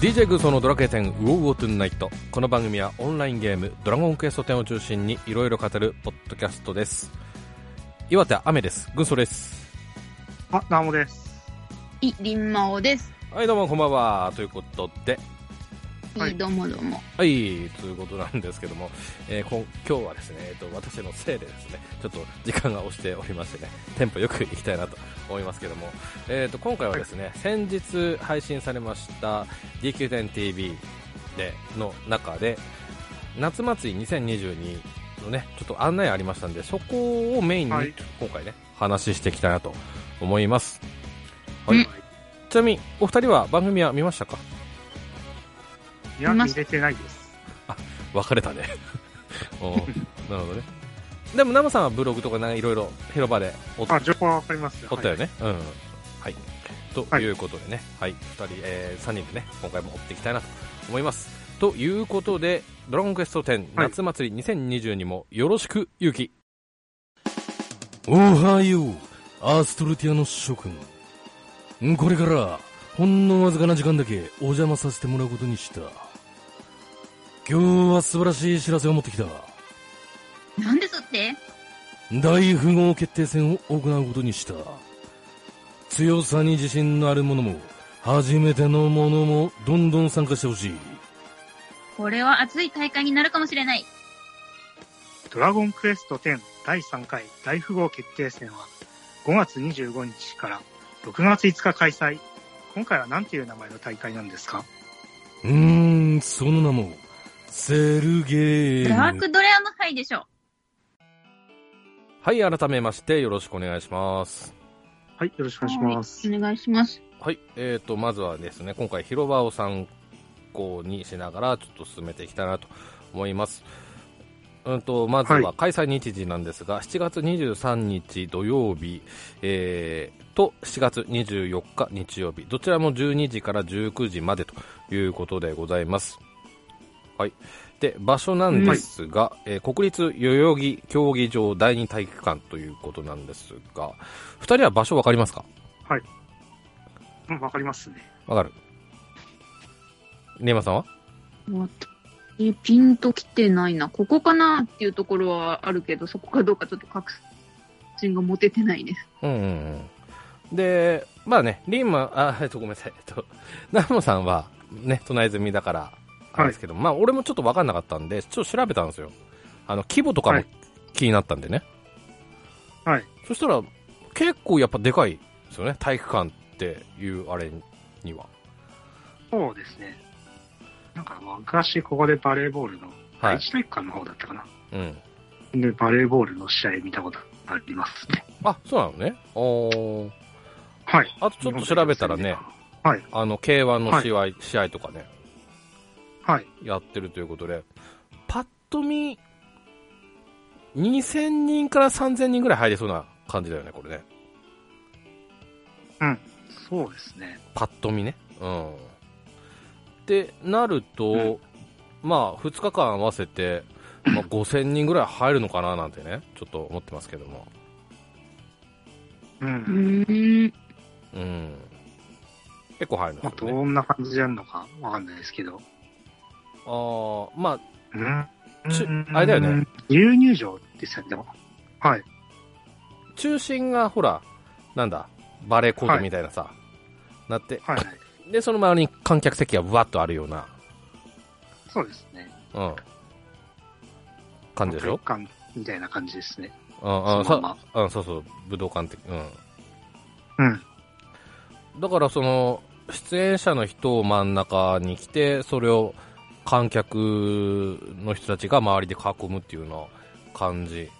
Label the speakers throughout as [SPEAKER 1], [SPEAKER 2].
[SPEAKER 1] DJ グーソーのドラクエ10ウォウォトゥンナイトこの番組はオンラインゲームドラゴンクエスト10を中心にいろいろ語るポッドキャストです岩手は雨ですグーソーです
[SPEAKER 2] あ、ナモです。
[SPEAKER 3] い、りんまおです。
[SPEAKER 1] はいどうもこんばんはということで
[SPEAKER 2] はい
[SPEAKER 3] いい、どうもどうも。
[SPEAKER 1] はいということなんですけども、えーこん今日はですね、えっと私のせいでですねちょっと時間が押しておりましてねテンポよくいきたいなと思いますけども、えー、と今回はですね、先日配信されました DQ10TV での中で夏祭り2022のねちょっと案内ありましたんでそこをメインに
[SPEAKER 2] はい
[SPEAKER 1] 今回ね話していきたいなと思います、はい
[SPEAKER 3] うん
[SPEAKER 1] ちなみにお二人は番組は見ましたか
[SPEAKER 2] いや、
[SPEAKER 3] いま
[SPEAKER 2] 入
[SPEAKER 3] す
[SPEAKER 2] れてないです。
[SPEAKER 1] 別れたね おーなるほどねでもナムさんはブログとかないろいろ広場でおっ
[SPEAKER 2] あ、情報はわかりますよ。
[SPEAKER 1] おったよ
[SPEAKER 2] はい。
[SPEAKER 1] ね、うんはいということでね、はい二人、えー、3人でね今回も追っていきたいなと思いますということで「ドラゴンクエスト10
[SPEAKER 2] はい
[SPEAKER 1] 夏祭り2022」もよろしくゆうき、おはようアーストルティアの諸君これからほんのわずかな時間だけお邪魔させてもらうことにした今日は素晴らしい知らせを持ってきた
[SPEAKER 3] なんですって
[SPEAKER 1] 大富豪決定戦を行うことにした強さに自信のある者も初めての者もどんどん参加してほしい
[SPEAKER 3] これは熱い大会になるかもしれない。
[SPEAKER 2] ドラゴンクエスト10第3回大富豪決定戦は5月25日から6月5日開催。今回はなんていう名前の大会なんですか
[SPEAKER 4] うーん、その名も、セルゲ
[SPEAKER 3] ダ
[SPEAKER 4] ー
[SPEAKER 3] ー
[SPEAKER 4] ム。
[SPEAKER 3] クドレアの杯でしょ。
[SPEAKER 1] はい改めましてよろしくお願いします
[SPEAKER 2] はい、よろしくお願いします。
[SPEAKER 3] はいお願いします。
[SPEAKER 1] はいえー、とまずはですね今回広場を参考にしながらちょっと進めていきたいなと思いますうんとまずは
[SPEAKER 2] は
[SPEAKER 1] 開催日時なんですが、7月23日土曜日、えーと7月24日日曜日どちらも12時から19時までということでございますはい、で場所なんですが、えー国立代々木競技場第二体育館ということなんですが2人は場所わかりますか
[SPEAKER 2] うんわかりますね。
[SPEAKER 1] わかるネイマーさんは
[SPEAKER 3] もうえピンと来てないな。ここかなっていうところはあるけど、そこかどうかちょっと確信が持ててないです。
[SPEAKER 1] うんうんうんでまあねリンマあえっとごめんなさいえっと ナモさんはね隣済みだからあれですけど、まあ俺もちょっとわかんなかったんでちょっと調べたんですよあの規模とか
[SPEAKER 2] は
[SPEAKER 1] も
[SPEAKER 2] い
[SPEAKER 1] 気になったんでね
[SPEAKER 2] はい
[SPEAKER 1] そしたら結構やっぱでかいですよね体育館っていうあれには
[SPEAKER 2] そうですね。なんか昔ここでバレーボール
[SPEAKER 1] は
[SPEAKER 2] の、
[SPEAKER 1] い
[SPEAKER 2] 第一体育館の方だったかな。
[SPEAKER 1] うん
[SPEAKER 2] で、バレーボールの試合見たことありますね。
[SPEAKER 1] あそうなのねおー
[SPEAKER 2] はい。
[SPEAKER 1] あとちょっと調べたらね。
[SPEAKER 2] はい。
[SPEAKER 1] あの K1 の試合,、試合とかね
[SPEAKER 2] はい。
[SPEAKER 1] やってるということで、パッと見、2000人から3000人ぐらい入れそうな感じだよね、これね。
[SPEAKER 2] そうですね。
[SPEAKER 1] パッと見ね。うん。ってなると、まあ、2日間合わせて、まあ、5000人ぐらい入るのかななんてね、ちょっと思ってますけども。
[SPEAKER 2] う。
[SPEAKER 3] うんーん。
[SPEAKER 1] うん。結構入るんで
[SPEAKER 2] まあ
[SPEAKER 1] すよね。
[SPEAKER 2] どんな感じでやるのかわかんないですけど。
[SPEAKER 1] あーま
[SPEAKER 2] うん
[SPEAKER 1] ちあれだよね。
[SPEAKER 2] 牛入場ですよね、でも。はい。
[SPEAKER 1] あ、中心がほら、なんだ、バレーコートみたいなさ、なって、
[SPEAKER 2] はいはい。
[SPEAKER 1] で、その周りに観客席がわっとあるような、
[SPEAKER 2] そうですね。
[SPEAKER 1] うん。感じでしょ
[SPEAKER 2] 体育館みたいな感じですね。
[SPEAKER 1] うんうん
[SPEAKER 2] そのま
[SPEAKER 1] さうん、そうそう、武道館的。う
[SPEAKER 2] うん。
[SPEAKER 1] ん。だからその、出演者の人を真ん中に来て、それを観客の人たちが周りで囲むっていうような感じ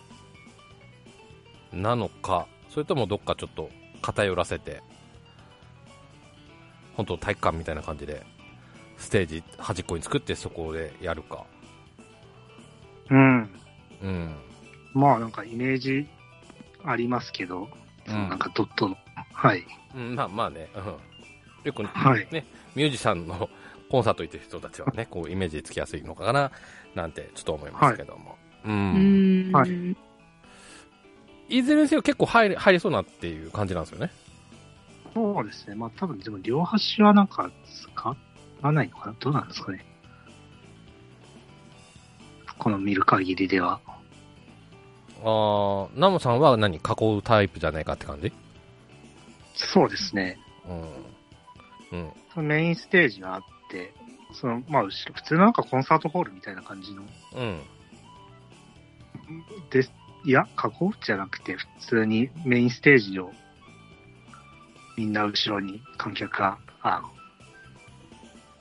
[SPEAKER 1] なのか、それともどっかちょっと偏らせて、本当体育館みたいな感じで、ステージ端っこに作ってそこでやるか。
[SPEAKER 2] うん。
[SPEAKER 1] うん。
[SPEAKER 2] まあなんかイメージありますけど、そのなんかドットの。はい。
[SPEAKER 1] うん、まあまあね、うん、よくね、
[SPEAKER 2] はい
[SPEAKER 1] ミュージシャンのコンサート行ってる人たちはね、こうイメージつきやすいのかななんてちょっと思いますけども、う、
[SPEAKER 3] うんーん。。
[SPEAKER 2] はい
[SPEAKER 1] いずれにせよ結構入れ入れそうなっていう感じなんですよね。
[SPEAKER 2] そうですね。まあ多分でも両端はなんか使っ
[SPEAKER 5] わないのかなどうなんですかね。この見る限りでは。
[SPEAKER 1] ああ、ナモさんは何囲うタイプじゃないかって感じ
[SPEAKER 5] そうですね。
[SPEAKER 1] うん。うん。
[SPEAKER 5] そのメインステージがあって、その、まあ、後ろ、普通のなんかコンサートホールみたいな感じの、
[SPEAKER 1] うん。
[SPEAKER 5] です、いや、加工じゃなくて、普通にメインステージを、みんな後ろに観客が、あの、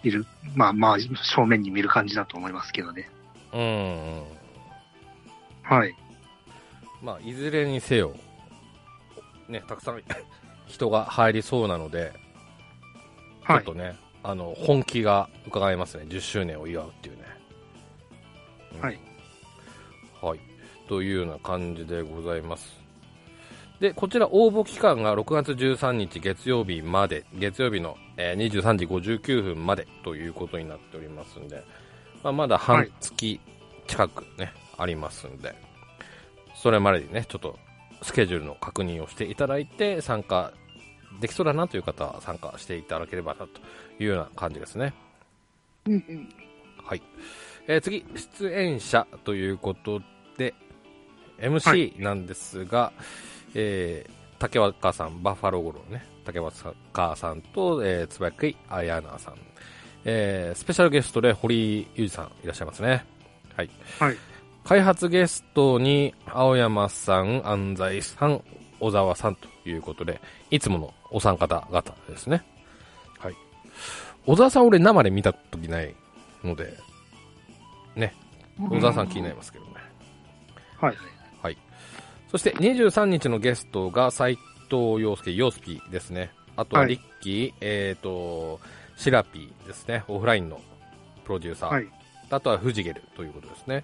[SPEAKER 5] いる、まあまあ、正面に見る感じだと思いますけどね。
[SPEAKER 1] うん。
[SPEAKER 5] はい。
[SPEAKER 1] まあ、いずれにせよ、ね、たくさん人が入りそうなので、ちょ
[SPEAKER 5] は
[SPEAKER 1] っ
[SPEAKER 5] い
[SPEAKER 1] と。ね、あの、本気が伺えますね。10周年を祝うっていうね。うん
[SPEAKER 5] はい。
[SPEAKER 1] はい。というような感じでございます。で、こちら応募期間が6月13日月曜日まで、月曜日の、えー23時59分までということになっておりますんで、まあ、まだ半月近くね、ありますんで、それまでにね、ちょっとスケジュールの確認をしていただいて、参加できそうだなという方は参加していただければなというような感じですね。
[SPEAKER 3] うんうん。
[SPEAKER 1] はい。えー次、出演者ということで、
[SPEAKER 5] は
[SPEAKER 1] MC なんですが、えー竹若さん、バッファローゴローね、竹若さんと、えー、つばやくいあやなさん、えースペシャルゲストで堀井裕二さんいらっしゃいますね。はい。
[SPEAKER 5] はい。
[SPEAKER 1] 開発ゲストに青山さん、安西さん、小沢さんということで、いつものお三方々ですね。はい。小沢さん俺生で見た時ないので、ね。小沢さん気になりますけどね。
[SPEAKER 5] はい。
[SPEAKER 1] そして23日のゲストが斉藤洋介、洋介ですね。あとはリッキー、えっ、と、シラピーですね。オフラインのプロデューサー。
[SPEAKER 5] はい。
[SPEAKER 1] あとはフジゲルということですね。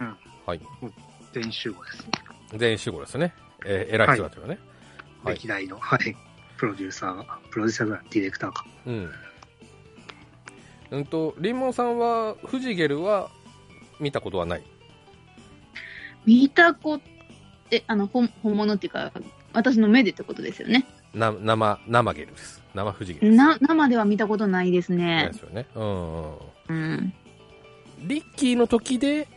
[SPEAKER 5] うん
[SPEAKER 1] はい。
[SPEAKER 5] 全員集合ですね。
[SPEAKER 1] 全員集合ですね。えー、偉い人たちがね。はい
[SPEAKER 5] 歴代の、はい。プロデューサーが、プロデューサーがディレクターか。
[SPEAKER 1] うん。うんと、リンモンさんは、フジゲルは見たことはない。
[SPEAKER 3] 見た子って、あの、本本物っていうか、私の目でってことですよね。
[SPEAKER 1] な生、生ゲルです。生フジゲルです。
[SPEAKER 3] な、生では見たことないです
[SPEAKER 1] ない
[SPEAKER 3] ね
[SPEAKER 1] で。すよね。うんうん。
[SPEAKER 3] うん。
[SPEAKER 1] リッキーの時で、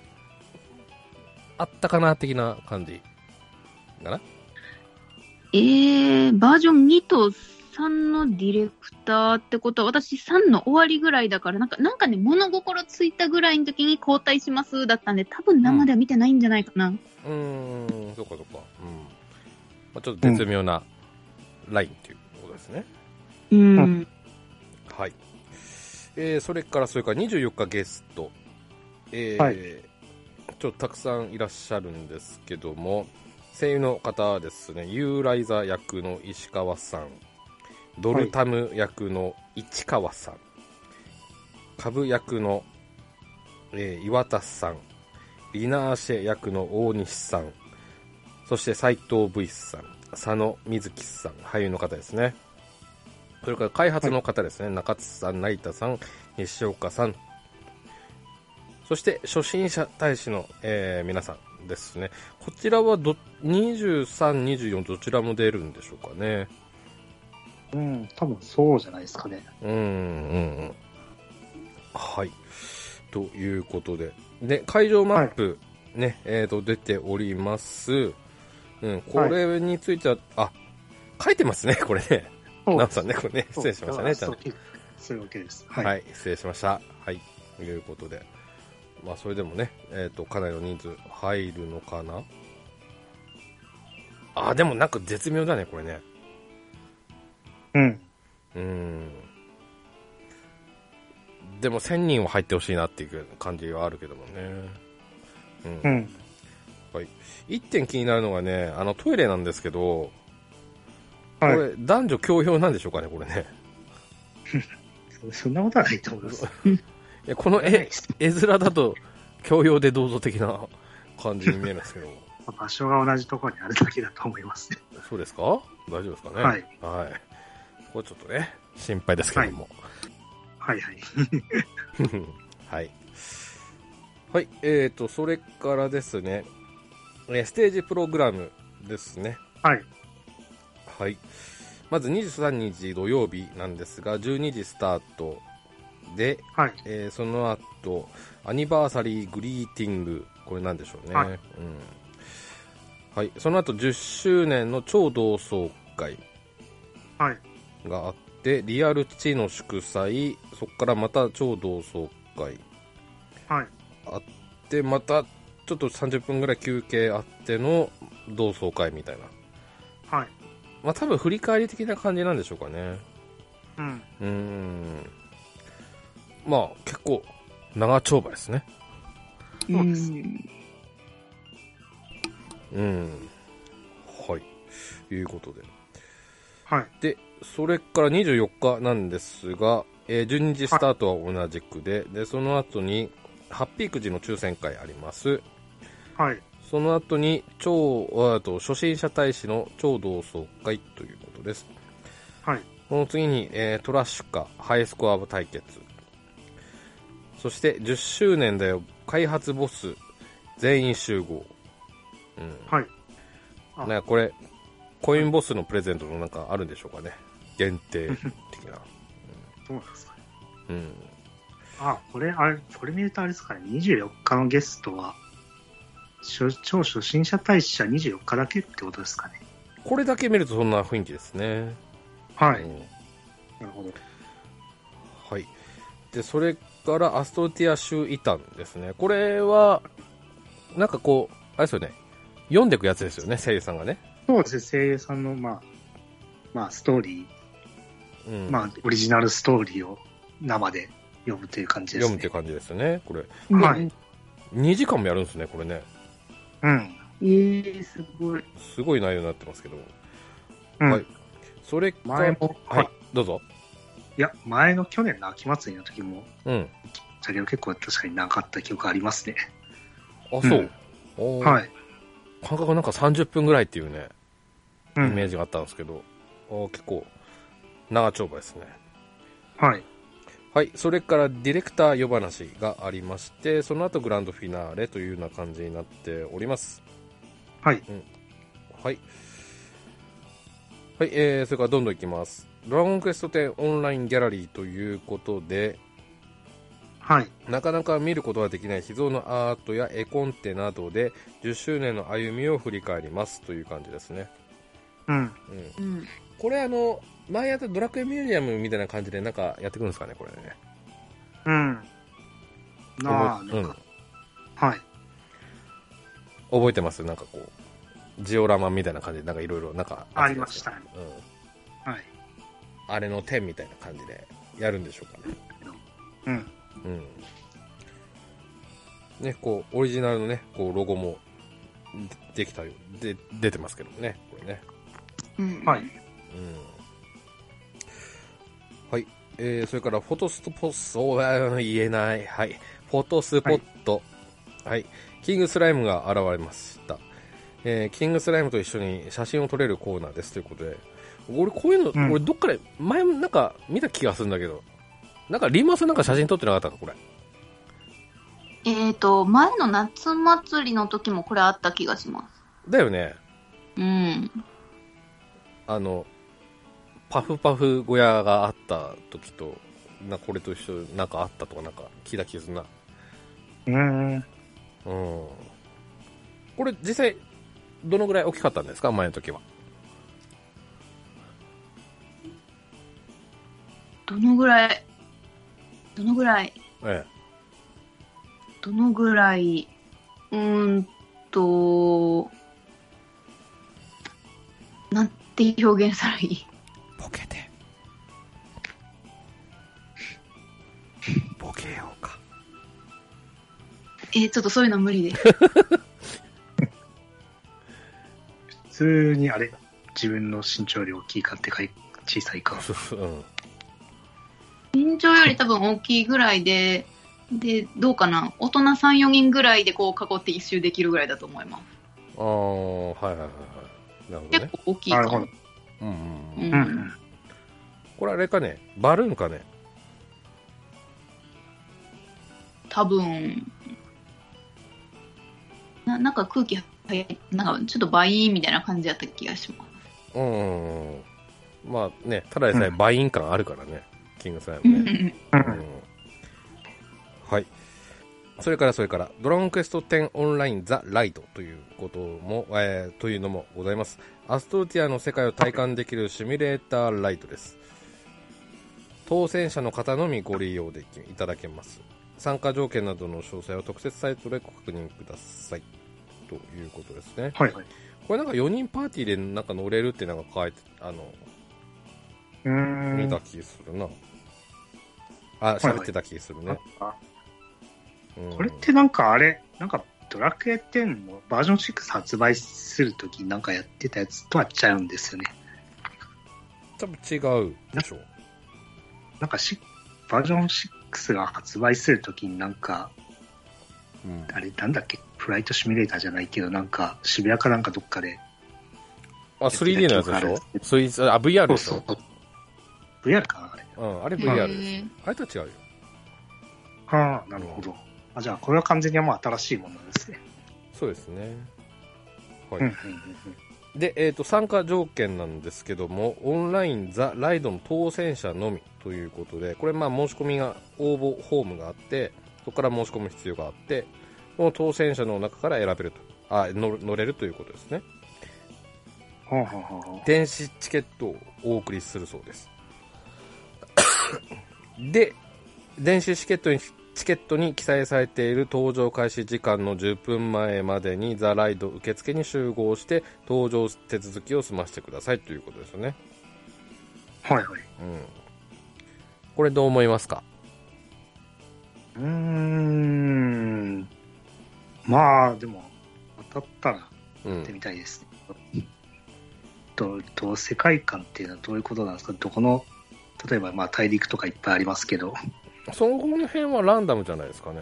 [SPEAKER 1] あったかな、的な感じ。かな
[SPEAKER 3] えー、バージョン2と3のディレクターってことは、私3の終わりぐらいだから、なんか、なんかね、物心ついたぐらいの時に交代しますだったんで、多分生では見てないんじゃないかな。
[SPEAKER 1] うーん、そうかそうか。うん。まあ、ちょっと絶妙なラインっていうことですね。
[SPEAKER 3] うん。
[SPEAKER 1] はい。えーそれから、それから24日ゲスト。えー
[SPEAKER 5] はい
[SPEAKER 1] ちょっとたくさんいらっしゃるんですけども、声優の方はですね、ユーライザー役の石川さん、ドルタム役の市川さん、株役の、えー岩田さん、リナーシェ役の大西さん、そして斉藤 V さん、佐野瑞希さん、俳優の方ですね。それから開発の方ですね、中津さん、成田さん、西岡さん、そして初心者大使の、えー皆さんですね。こちらはど23、24どちらも出るんでしょうかね。
[SPEAKER 5] うん、多分そうじゃないですかね。
[SPEAKER 1] うんうんうん。はい。ということで。で、会場マップ、ね、えっ、と、出ております。うん、これについては、あ、書いてますね、これね。
[SPEAKER 5] そう
[SPEAKER 1] ナオさんね、これね、失礼しましたね、ちゃんと。
[SPEAKER 5] そうそういうわけです。
[SPEAKER 1] は、
[SPEAKER 5] はいい。
[SPEAKER 1] 失礼しました。はい、ということで、まあ、それでもね、えっとかなりの人数入るのかなあーでもなんか絶妙だね、これね。
[SPEAKER 5] うん。
[SPEAKER 1] うーん。でも1000人は入ってほしいなっていう感じはあるけどもね。うん
[SPEAKER 5] う。ん。
[SPEAKER 1] 一点気になるのがね、あのトイレなんですけど、こ
[SPEAKER 5] はい
[SPEAKER 1] れ男女共用なんでしょうかね、これね。
[SPEAKER 5] そんなことはないと思います。
[SPEAKER 1] いやこの絵絵面だと共用でどうぞ的な感じに見えますけ ど。
[SPEAKER 5] 場所が同じところにあるだけだと思います。
[SPEAKER 1] そうですか大丈夫ですかね
[SPEAKER 5] はい。
[SPEAKER 1] はい。これちょっとね、心配ですけども。
[SPEAKER 5] はいはい。
[SPEAKER 1] はい。はい、えーと、それからですね、えーステージプログラムですね。
[SPEAKER 5] はい。
[SPEAKER 1] はい。まず23日土曜日なんですが、12時スタートで、
[SPEAKER 5] はい。
[SPEAKER 1] えーその後アニバーサリーグリーティングこれなんでしょうね、
[SPEAKER 5] はい
[SPEAKER 1] うんはい、その後10周年の超同窓会
[SPEAKER 5] はい。
[SPEAKER 1] があってリアル地の祝祭そこからまた超同窓会
[SPEAKER 5] はい。
[SPEAKER 1] あってまたちょっと30分ぐらい休憩あっての同窓会みたいな
[SPEAKER 5] はい。
[SPEAKER 1] まあ多分振り返り的な感じなんでしょうかね
[SPEAKER 5] うん。
[SPEAKER 1] うーんまあ結構長丁場ですね
[SPEAKER 5] そうで
[SPEAKER 3] ん
[SPEAKER 1] うんはいいうことで
[SPEAKER 5] はい。
[SPEAKER 1] でそれから24日なんですが、えー12時スタートは同じくで,、でその後にハッピーくじの抽選会あります
[SPEAKER 5] はい。
[SPEAKER 1] その後に超あと初心者大使の超同窓会ということです
[SPEAKER 5] はい。
[SPEAKER 1] この次に、えートラッシュかハイスコア対決そして10周年だよ開発ボス全員集合うん
[SPEAKER 5] はい。あ
[SPEAKER 1] なんかこれ、コインボスのプレゼントのなんかあるんでしょうかね。限定的 な。
[SPEAKER 5] どうなんですかね。
[SPEAKER 1] うん。
[SPEAKER 5] あ、これ、あれ、これ見るとあれですかね。24日のゲストは、初超初心者大使者24日だけってことですかね。
[SPEAKER 1] これだけ見るとそんな雰囲気ですね。
[SPEAKER 5] はい。な
[SPEAKER 1] う
[SPEAKER 5] んるほど。
[SPEAKER 1] はい。で、それからアストルティア州異端ですね。これは、なんかこう、あれですよね。読んでいくやつですよね、声優さんがね。
[SPEAKER 5] そうですね。声優さんの、まあ、まあ、ストーリ
[SPEAKER 1] うん。
[SPEAKER 5] ー、まあ、オリジナルストーリーを生で読むという感じです
[SPEAKER 1] 読
[SPEAKER 5] ね。
[SPEAKER 1] むっていう感じですよね。これ。
[SPEAKER 5] はい。
[SPEAKER 1] 2時間もやるんですね、これね。
[SPEAKER 5] うん。
[SPEAKER 3] えー、すごい。
[SPEAKER 1] すごい内容になってますけど。
[SPEAKER 5] うん。
[SPEAKER 1] はいそれから、
[SPEAKER 5] 前も
[SPEAKER 1] はい、どうぞ。
[SPEAKER 5] いや、前の去年の秋祭りの時も、
[SPEAKER 1] うん。
[SPEAKER 5] それは結構確かになかった記憶ありますね。
[SPEAKER 1] あ、そう
[SPEAKER 5] うん。
[SPEAKER 1] おー
[SPEAKER 5] はい。
[SPEAKER 1] 感覚はなんか30分ぐらいっていうね。
[SPEAKER 5] う
[SPEAKER 1] イメー
[SPEAKER 5] ん。
[SPEAKER 1] ジがあったんですけど、おー結構長丁場ですね
[SPEAKER 5] はい。
[SPEAKER 1] はいそれからディレクター呼ばなしがありましてその後グランドフィナーレというような感じになっております
[SPEAKER 5] はい。
[SPEAKER 1] はいはい、えー、それからどんどんいきますドラゴンクエスト10オンラインギャラリーということで
[SPEAKER 5] はい。
[SPEAKER 1] なかなか見ることはできない秘蔵のアートや絵コンテなどで10周年の歩みを振り返りますという感じですね、
[SPEAKER 5] うん。
[SPEAKER 1] うん、
[SPEAKER 3] うん。
[SPEAKER 1] これあの前やったドラクエミュージアムみたいな感じでなんかやってくるんですかねこれね
[SPEAKER 5] うん。なあ、
[SPEAKER 1] 覚
[SPEAKER 5] な
[SPEAKER 1] え
[SPEAKER 5] んか、はい。
[SPEAKER 1] うん、覚えてますなんかこうジオラマみたいな感じでなんかいろいろなんか
[SPEAKER 5] ありました
[SPEAKER 1] うん、
[SPEAKER 5] はい。
[SPEAKER 1] あれの点みたいな感じでやるんでしょうかね
[SPEAKER 5] うん。
[SPEAKER 1] うんねこうオリジナルのねこうロゴもでできたよで出てますけどもねこれね
[SPEAKER 3] うん
[SPEAKER 5] はい。。
[SPEAKER 1] うんはい、えー、それからフォトスポットは言えない、はい、フォトスポット、はいキングスライムが現れました、えー、キングスライムと一緒に写真を撮れるコーナーですということで、俺、こういうの、
[SPEAKER 5] うん
[SPEAKER 1] 俺、どっかで前もなんか見た気がするんだけど、なんかリンマスなんか写真撮ってなかったか、これ。
[SPEAKER 3] えっ、ー、と、前の夏祭りの時もこれあった気がしま
[SPEAKER 1] だよね、
[SPEAKER 3] す。うん。
[SPEAKER 1] あの、パフパフ小屋があった時と、なこれと一緒、なんかあったとか、なんか聞いた気がするな。
[SPEAKER 5] うん。
[SPEAKER 1] うんこれ実際どのぐらい大きかったんですか前の時は
[SPEAKER 3] どのぐらい、どのぐらい、
[SPEAKER 1] え
[SPEAKER 3] どのぐらい、うーんと、なんて表現したらいい
[SPEAKER 1] え ボケてボケようか
[SPEAKER 3] えー、ちょっとそういうの無理です。
[SPEAKER 5] 普通にあれ、自分の身長より大きいかってかい、小さいか。
[SPEAKER 1] うん
[SPEAKER 3] 身長より多分大きいぐらいで、で、どうかな大人3、4人ぐらいでこう囲って一周できるぐらいだと思います。
[SPEAKER 1] ああはいはいはいはいなるほど
[SPEAKER 3] 結
[SPEAKER 1] ね
[SPEAKER 3] 構大きい
[SPEAKER 5] な
[SPEAKER 3] か
[SPEAKER 5] るほ
[SPEAKER 3] も
[SPEAKER 5] ど。。
[SPEAKER 1] うんうん、う、
[SPEAKER 3] うん
[SPEAKER 5] うんうん。
[SPEAKER 1] これあれかねバルーンかね
[SPEAKER 3] 多分ななんか空気入っなんかちょっと倍みたいな感じだった気がします。
[SPEAKER 1] うんうんうんまあねただでさえ
[SPEAKER 5] うん
[SPEAKER 1] バイン感あるからね、キングスライ
[SPEAKER 3] う
[SPEAKER 1] ム
[SPEAKER 3] んう
[SPEAKER 1] ね、
[SPEAKER 3] ん
[SPEAKER 5] う
[SPEAKER 1] うん
[SPEAKER 5] ん。
[SPEAKER 1] それからそれから、ドラゴンクエスト10オンラインザ・ライトということも、えーというのもございます。アストルティアの世界を体感できるシミュレーターライトです。当選者の方のみご利用できいただけます。参加条件などの詳細は特設サイトでご確認ください。ということですね。
[SPEAKER 2] はい。う
[SPEAKER 1] これなんか4人パーティーでなんか乗れるってなんか書いて、あの、
[SPEAKER 2] ー
[SPEAKER 1] 見
[SPEAKER 2] ん。
[SPEAKER 1] た気するな。あ、喋ってた気するね。
[SPEAKER 2] あ
[SPEAKER 1] うん
[SPEAKER 2] これってなんかあれ、なんかドラクエ10のバージョン6発売するときになんかやってたやつとはちゃうんですよね。
[SPEAKER 1] 多分違うでしょ。
[SPEAKER 2] なんかしバージョン6が発売するときになんか、
[SPEAKER 1] うん
[SPEAKER 2] あれなんだっけ、フライトシミュレーターじゃないけど、なんか渋谷かなんかどっかで。
[SPEAKER 1] あ、3D のやつでしょスイーツ、あ、VR でしょ。
[SPEAKER 2] VR かなあれ。
[SPEAKER 1] うん、あれ
[SPEAKER 3] へ
[SPEAKER 1] VR です。
[SPEAKER 3] ー
[SPEAKER 1] あれとは違うよ。
[SPEAKER 2] はあ、なるほど。あじゃあ、これは完全にもう新しいものなんですね。
[SPEAKER 1] そうですね。はい。
[SPEAKER 2] うんうんうん
[SPEAKER 1] で、えっ、と、参加条件なんですけども、オンラインザ・ライドの当選者のみということで、これ、まあ、申し込みが、応募フォームがあって、そこから申し込む必要があって、この当選者の中から選べると、あ、乗乗れるということですね。
[SPEAKER 2] うん。はあはあはあ。
[SPEAKER 1] 電子チケットをお送りするそうです で電子チケットにチケットに記載されている登場開始時間の10分前までにザ・ライド受付に集合して登場手続きを済ませてくださいということですよね、
[SPEAKER 2] はいはい。
[SPEAKER 1] うん、これどう思いますか
[SPEAKER 2] うーん。まあ、でも、当たったらや
[SPEAKER 1] う
[SPEAKER 2] って
[SPEAKER 1] ん
[SPEAKER 2] みたいです。と、と、世界観っていうのはどういうことなんですかどこの、例えば、まあ、大陸とかいっぱいありますけど。
[SPEAKER 1] その後の辺はランダムじゃないですかね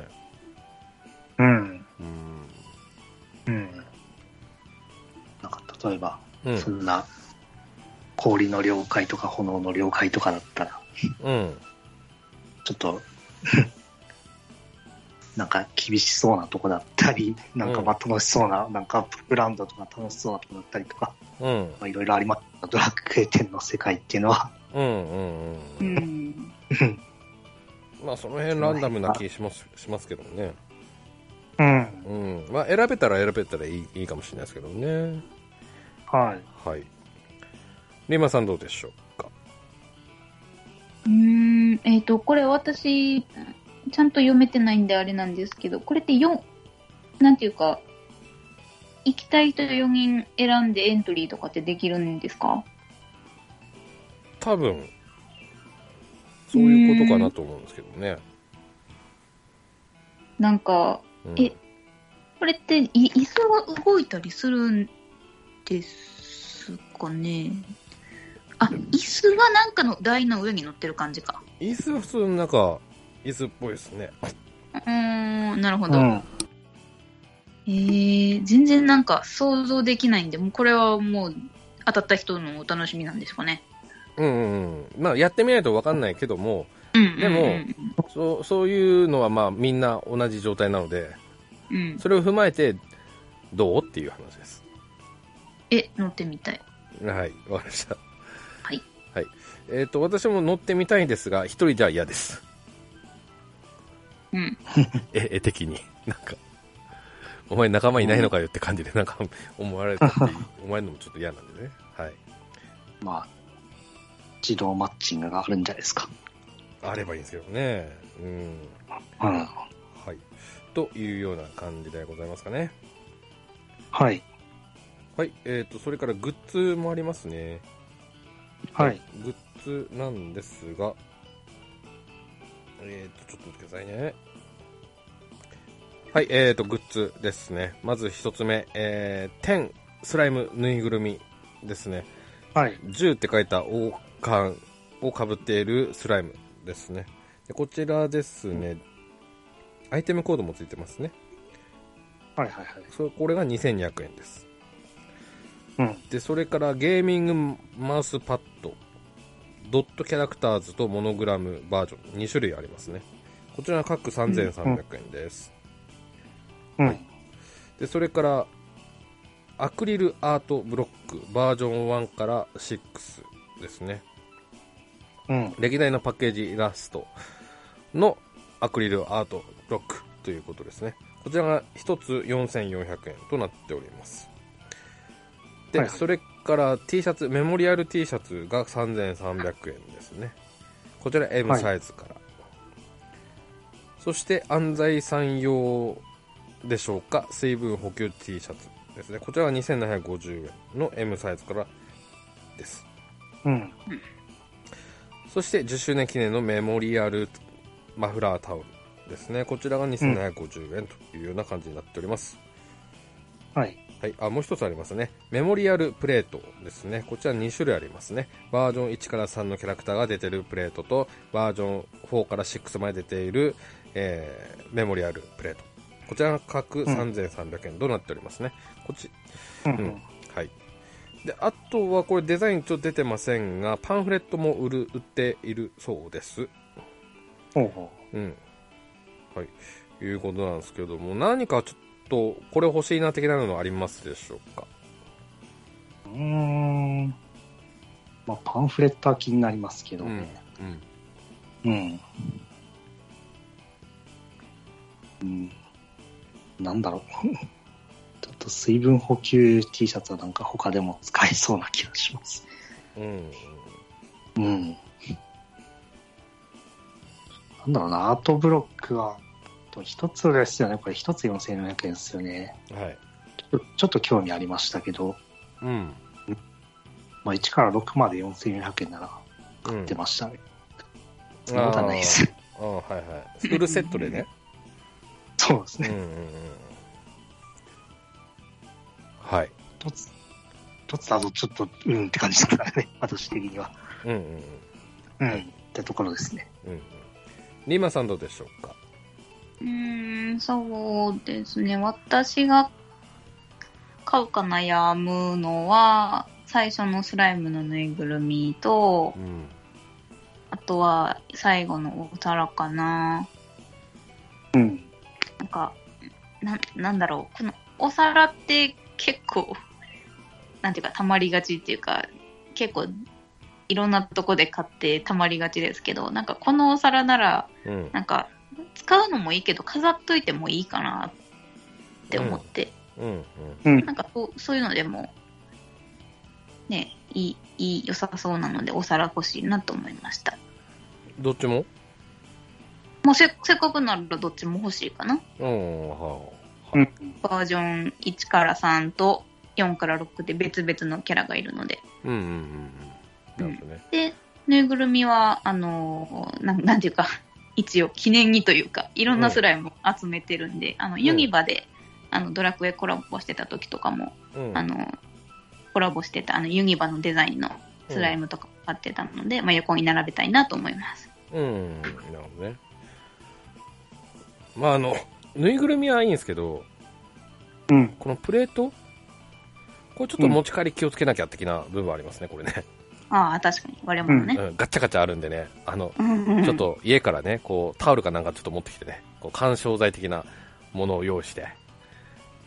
[SPEAKER 2] うん。
[SPEAKER 1] うん
[SPEAKER 2] うん。なんか、例えば、
[SPEAKER 1] うん
[SPEAKER 2] そんな、氷の領海とか炎の領海とかだったら、
[SPEAKER 1] うん
[SPEAKER 2] ちょっと、 なんか厳しそうなとこだったり、なんかまあ楽しそうな、なんかアップグラウンドとか楽しそうなとこだったりとか、
[SPEAKER 1] うん
[SPEAKER 2] まあいろいろありますがドラッグエテンの世界っていうのは、
[SPEAKER 1] うんうんう
[SPEAKER 3] うんん。
[SPEAKER 1] まあその辺ランダムな気しますしますけどね
[SPEAKER 2] うん、
[SPEAKER 1] うんまあ、選べたら選べたらいいいいかもしれないですけどね。
[SPEAKER 2] はい。
[SPEAKER 1] はい。リマさんどうでしょうか。
[SPEAKER 3] うーん、えっ、と、これ私、ちゃんと読めてないんであれなんですけど、これって4、なんていうか、行きたい人4人選んでエントリーとかってできるんですか
[SPEAKER 1] 多分、そういうことかなと思うんですけどね。
[SPEAKER 3] なんか、
[SPEAKER 1] うん、
[SPEAKER 3] えこれってい椅子が動いたりするんですかねあ、椅子がなんかの台の上に乗ってる感じか。
[SPEAKER 1] 椅子は普通のなんか、椅子っぽいですね。
[SPEAKER 3] うーん、なるほ
[SPEAKER 2] う
[SPEAKER 3] ど。
[SPEAKER 2] ん。
[SPEAKER 3] えー、全然なんか想像できないんで、もうこれはもう当たった人のお楽しみなんですかね。
[SPEAKER 1] うんうんうん。まあ、やってみないとわかんないけども、
[SPEAKER 3] うんうんうん
[SPEAKER 1] でも、そう、そういうのはまあ、みんな同じ状態なので、
[SPEAKER 3] うん、
[SPEAKER 1] それを踏まえて、どうっていう話です。
[SPEAKER 3] え、乗ってみたい。
[SPEAKER 1] はい、わかりました。
[SPEAKER 3] はい。
[SPEAKER 1] はい。えっ、と、私も乗ってみたいんですが、一人じゃ嫌です。
[SPEAKER 3] うん。
[SPEAKER 1] 絵絵的に。 なんか、お前仲間いないのかよって感じで、なんか、思われたっていう、 思われるのもちょっと嫌なんでね。はい。
[SPEAKER 2] まあ、自動マッチングがあるんじゃないですか。
[SPEAKER 1] あればいいんですけどね。うん。
[SPEAKER 2] うん。
[SPEAKER 1] はい。というような感じでございますかね。
[SPEAKER 2] はい。
[SPEAKER 1] はい。えっ、と、それからグッズもありますね。
[SPEAKER 2] はい。。
[SPEAKER 1] グッズなんですが、えっ、と、ちょっと待ってくださいね。はい、えっ、と、グッズですね。まず一つ目、えー、天スライムぬいぐるみですね。
[SPEAKER 2] はい。
[SPEAKER 1] 10って書いた王冠をかぶっているスライムですねでこちらですねアイテムコードもついてますね
[SPEAKER 2] はい。はい。はい。
[SPEAKER 1] そこれが2200円です
[SPEAKER 2] うん。
[SPEAKER 1] でそれからゲーミングマウスパッドドットキャラクターズとモノグラムバージョン2種類ありますねこちらが各3300円です、
[SPEAKER 2] うん。
[SPEAKER 1] でそれからアクリルアートブロックバージョン1から6ですね
[SPEAKER 2] うん。
[SPEAKER 1] 歴代のパッケージイラストのアクリルアートブロックということですね。こちらが1つ4400円となっております。で、
[SPEAKER 5] はいはい
[SPEAKER 1] それから T シャツ、メモリアル T シャツが3300円ですね。こちら M
[SPEAKER 5] はい
[SPEAKER 1] サイズから。そして安西さん用でしょうか、水分補給 T シャツですね。こちらが2750円の M サイズからです。
[SPEAKER 5] うん。
[SPEAKER 1] そして10周年記念のメモリアルマフラータオルですね。こちらが2750円というような感じになっております。
[SPEAKER 5] はい。
[SPEAKER 1] はい。あ、もう一つありますね。メモリアルプレートですね。こちら2種類ありますね。バージョン1から3のキャラクターが出てるプレートと、バージョン4から6まで出ている、えーメモリアルプレート。こちらが各3300円となっておりますね。こっち、
[SPEAKER 5] うん。
[SPEAKER 1] うんはい、であとはこれデザインちょっと出てませんがパンフレットも売る売っているそうです、
[SPEAKER 5] ほうほ
[SPEAKER 1] うんはい、いうことなんですけども何かちょっとこれ欲しいな的なのありますでしょうか
[SPEAKER 5] う。うーん。まあ、パンフレットは気になりますけどね。
[SPEAKER 1] うん
[SPEAKER 5] うん。うん。なんだろう。 ちょっと水分補給 T シャツはなんか他でも使えそうな気がします。
[SPEAKER 1] うん
[SPEAKER 5] うん。なんだろうな、アートブロックは、と一つですよね。これ一つ4400円ですよね。
[SPEAKER 1] うんはい
[SPEAKER 5] ちょっとちょっと興味ありましたけど、
[SPEAKER 1] うん
[SPEAKER 5] まあ1から6まで4400円なら買ってましたね。そんなことはない です。
[SPEAKER 1] あーあーはいはいスクールセットでね
[SPEAKER 5] そうです
[SPEAKER 1] うん
[SPEAKER 5] ね。
[SPEAKER 1] うんうんはい
[SPEAKER 5] 一つ、一つだとちょっと、うんって感じだから ね。私的には。
[SPEAKER 1] うんうんうん
[SPEAKER 5] うん。ってところですね。
[SPEAKER 1] うんうんリーマさんどうでしょうか
[SPEAKER 3] うーん、そうですね。私が買うか悩むのは、最初のスライムのぬいぐるみと
[SPEAKER 1] う、ん
[SPEAKER 3] あとは最後のお皿かな。
[SPEAKER 5] うん。
[SPEAKER 3] なんか、な、なんだろう。このお皿って結構、なんていうか、溜まりがちっていうか、結構、いろんなとこで買って溜まりがちですけど、なんかこのお皿なら、
[SPEAKER 1] うん
[SPEAKER 3] なんか、使うのもいいけど、飾っといてもいいかなって思って、
[SPEAKER 1] うんうん
[SPEAKER 5] うん
[SPEAKER 3] なんかそうそういうのでも、ね、いい、いい、良さそうなので、お皿欲しいなと思いました。
[SPEAKER 1] どっちも
[SPEAKER 3] もうせせっかくならどっちも欲しいかな。
[SPEAKER 1] うんは
[SPEAKER 5] うん。
[SPEAKER 3] バージョン1から3と4から6で別々のキャラがいるので。
[SPEAKER 1] うんうんうんうんなるほどね
[SPEAKER 3] で、ぬいぐるみは、あのーなん、なんていうか、一応記念にというか、いろんなスライムを集めてるんで、あの、ユニバで、あの、ドラクエコラボしてた時とかも、
[SPEAKER 1] うん
[SPEAKER 3] あの、コラボしてた、あの、ユニバのデザインのスライムとか買ってたので、まあ、横に並べたいなと思います。
[SPEAKER 1] うんなるほどねまああのぬいぐるみはいいんですけど
[SPEAKER 5] うん。
[SPEAKER 1] このプレートこれちょっと持ち帰り気をつけなきゃ的な部分ありますねこれね、
[SPEAKER 3] ああ、確かに、我々も
[SPEAKER 1] う
[SPEAKER 3] ね。
[SPEAKER 1] ん、ガッチャガチャあるんでねあの
[SPEAKER 3] ち
[SPEAKER 1] ちょっ。と家からねこうタオルかなんかちょっと持ってきてねこう緩衝材的なものを用意して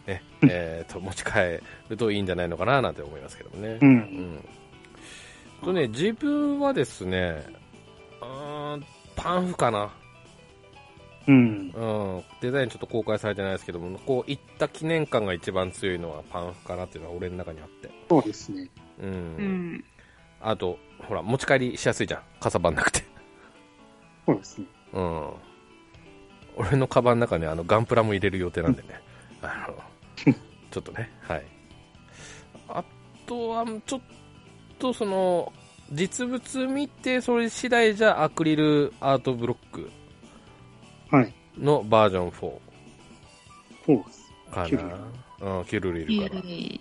[SPEAKER 1] ねえーと持ち帰るといいんじゃないのかななんて思いますけどもね
[SPEAKER 5] う。
[SPEAKER 1] うんんとね、自分はですね、うーんパンフかな、
[SPEAKER 5] うん。
[SPEAKER 1] うん、デザインちょっと公開されてないですけども、こういった記念感が一番強いのはパンフかなっていうのは俺の中にあって、
[SPEAKER 5] そうですね。
[SPEAKER 1] うん
[SPEAKER 3] うん。
[SPEAKER 1] あと、ほら、持ち帰りしやすいじゃん、かさばんなくて、
[SPEAKER 5] そうですね。
[SPEAKER 1] うん、俺のカバンの中にあのガンプラも入れる予定なんでね、あのちょっとね、はい、あとはちょっとその実物見てそれ次第じゃアクリルアートブロック
[SPEAKER 5] はい。
[SPEAKER 1] のバージョン4
[SPEAKER 5] そうです。
[SPEAKER 1] か
[SPEAKER 5] キュル
[SPEAKER 1] な、うん、キュルリルかな
[SPEAKER 3] ええ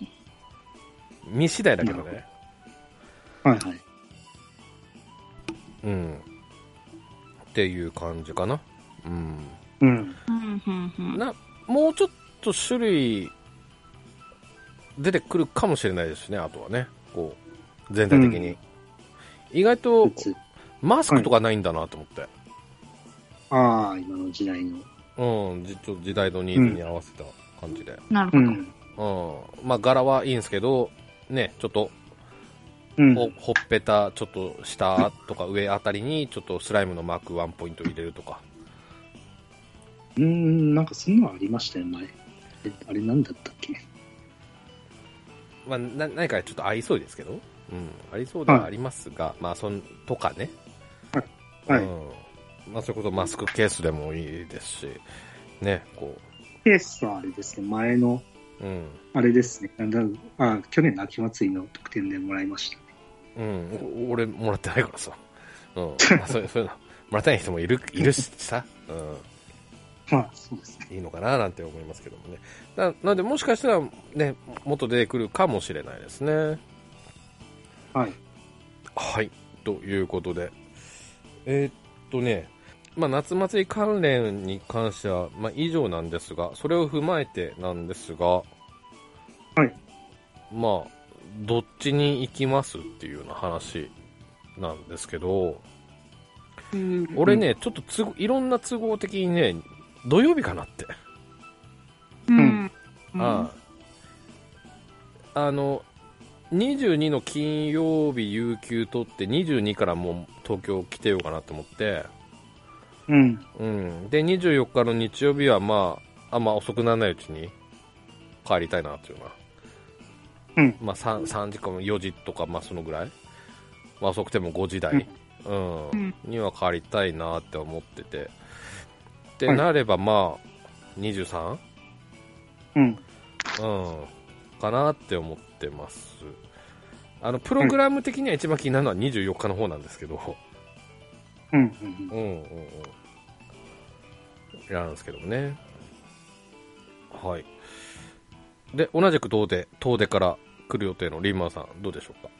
[SPEAKER 1] 見次第だけどね、
[SPEAKER 5] はいはい。
[SPEAKER 1] うん、っていう感じかな、うん、
[SPEAKER 5] うん。
[SPEAKER 3] うんうんうん
[SPEAKER 1] なもうちょっと種類出てくるかもしれないですねあとはねこう全体的に、
[SPEAKER 5] うん
[SPEAKER 1] 意外と
[SPEAKER 5] 普通
[SPEAKER 1] マスクとかないんだなと思って、
[SPEAKER 5] ああ、今の時代の。
[SPEAKER 1] うん、じちょっと時代のニーズに合わせた感じで、
[SPEAKER 3] なる
[SPEAKER 5] う
[SPEAKER 3] ほど。
[SPEAKER 5] ん。
[SPEAKER 1] うん、まあ柄はいいんですけどねちょっと
[SPEAKER 5] うん。
[SPEAKER 1] ほほっぺたちょっと下とか上あたりにちょっとスライムのマークワンポイント入れるとか
[SPEAKER 2] うーん、なんかそんなのありましたよ、前。えあれなんだったっけ
[SPEAKER 1] まあ、な何かちょっとありそうですけど、うん、ありそうではありますが、まあ、そんとかね、
[SPEAKER 2] はい。
[SPEAKER 1] うんまあ、それこそマスクケースでもいいですし、ね、こ
[SPEAKER 2] ケースはあれですね、前の、
[SPEAKER 1] う、うん、
[SPEAKER 2] あれですね、なんだあ、去年の秋祭りの特典でもらいました。
[SPEAKER 1] うん、お俺もらってないからさ、うん、まあ、そういうそういうの、もらってない人もいるいるしさ、うん、
[SPEAKER 2] まあ、そうですね。
[SPEAKER 1] いいのかななんて思いますけどもね。ななので、もしかしたら、ね、もっと出てくるかもしれないですね。
[SPEAKER 2] はい。。
[SPEAKER 1] はい。ということで。えーっとね、まあ、夏祭り関連に関しては、まあ、以上なんですが、それを踏まえてなんですが、はいまあ、どっちに行きますっていうような話なんですけど、俺ね、ちょっと都合いろんな都合的にね、土曜日かなって。
[SPEAKER 3] うん。
[SPEAKER 1] あああの22の金曜日有給取って22からもう東京来てようかなと思って、
[SPEAKER 2] うん。
[SPEAKER 1] うん、で24日の日曜日はまああんま遅くならないうちに帰りたいなっていうな、
[SPEAKER 2] うん
[SPEAKER 1] まあ、3, 3時間4時とかまあそのぐらい、まあ、遅くても5時台、うん
[SPEAKER 3] うん
[SPEAKER 1] には帰りたいなって思っててって
[SPEAKER 2] はい
[SPEAKER 1] なればまあ 23?
[SPEAKER 2] うん。
[SPEAKER 1] うん、かなって思ってますあのプログラム的には一番気になるのは24日の方なんですけど、
[SPEAKER 2] うん。うん
[SPEAKER 1] うんうんうん、なんですけどもねはいで同じく遠出遠出から来る予定のリーマンさんどうでしょうか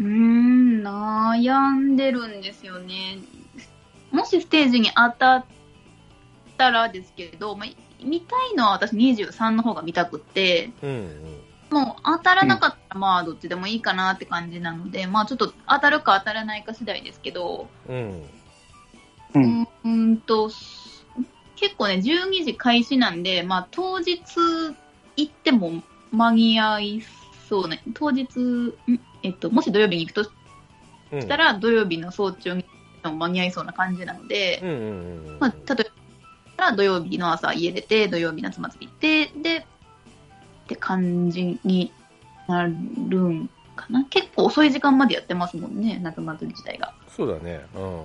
[SPEAKER 3] うーん、悩んでるんですよね。もしステージに当たったらですけど、まあ、見たいのは私23の方が見たくて、
[SPEAKER 1] うん
[SPEAKER 3] もう当たらなかったらまあどっちでもいいかなって感じなので、まあちょっと当たるか当たらないか次第ですけど、
[SPEAKER 1] うんうん
[SPEAKER 2] う。
[SPEAKER 3] うんーんと、結構ね、12時開始なんで、まあ当日行っても間に合いそうね。当日、んえっと、もし土曜日に行くと
[SPEAKER 1] うん
[SPEAKER 3] したら土曜日の早朝にも間に合いそうな感じなので
[SPEAKER 1] う、んうんうん
[SPEAKER 3] まあ、例えば土曜日の朝家出て土曜日夏祭り行ってでって感じになるんかな結構遅い時間までやってますもんね夏祭り自体が
[SPEAKER 1] そうだねうん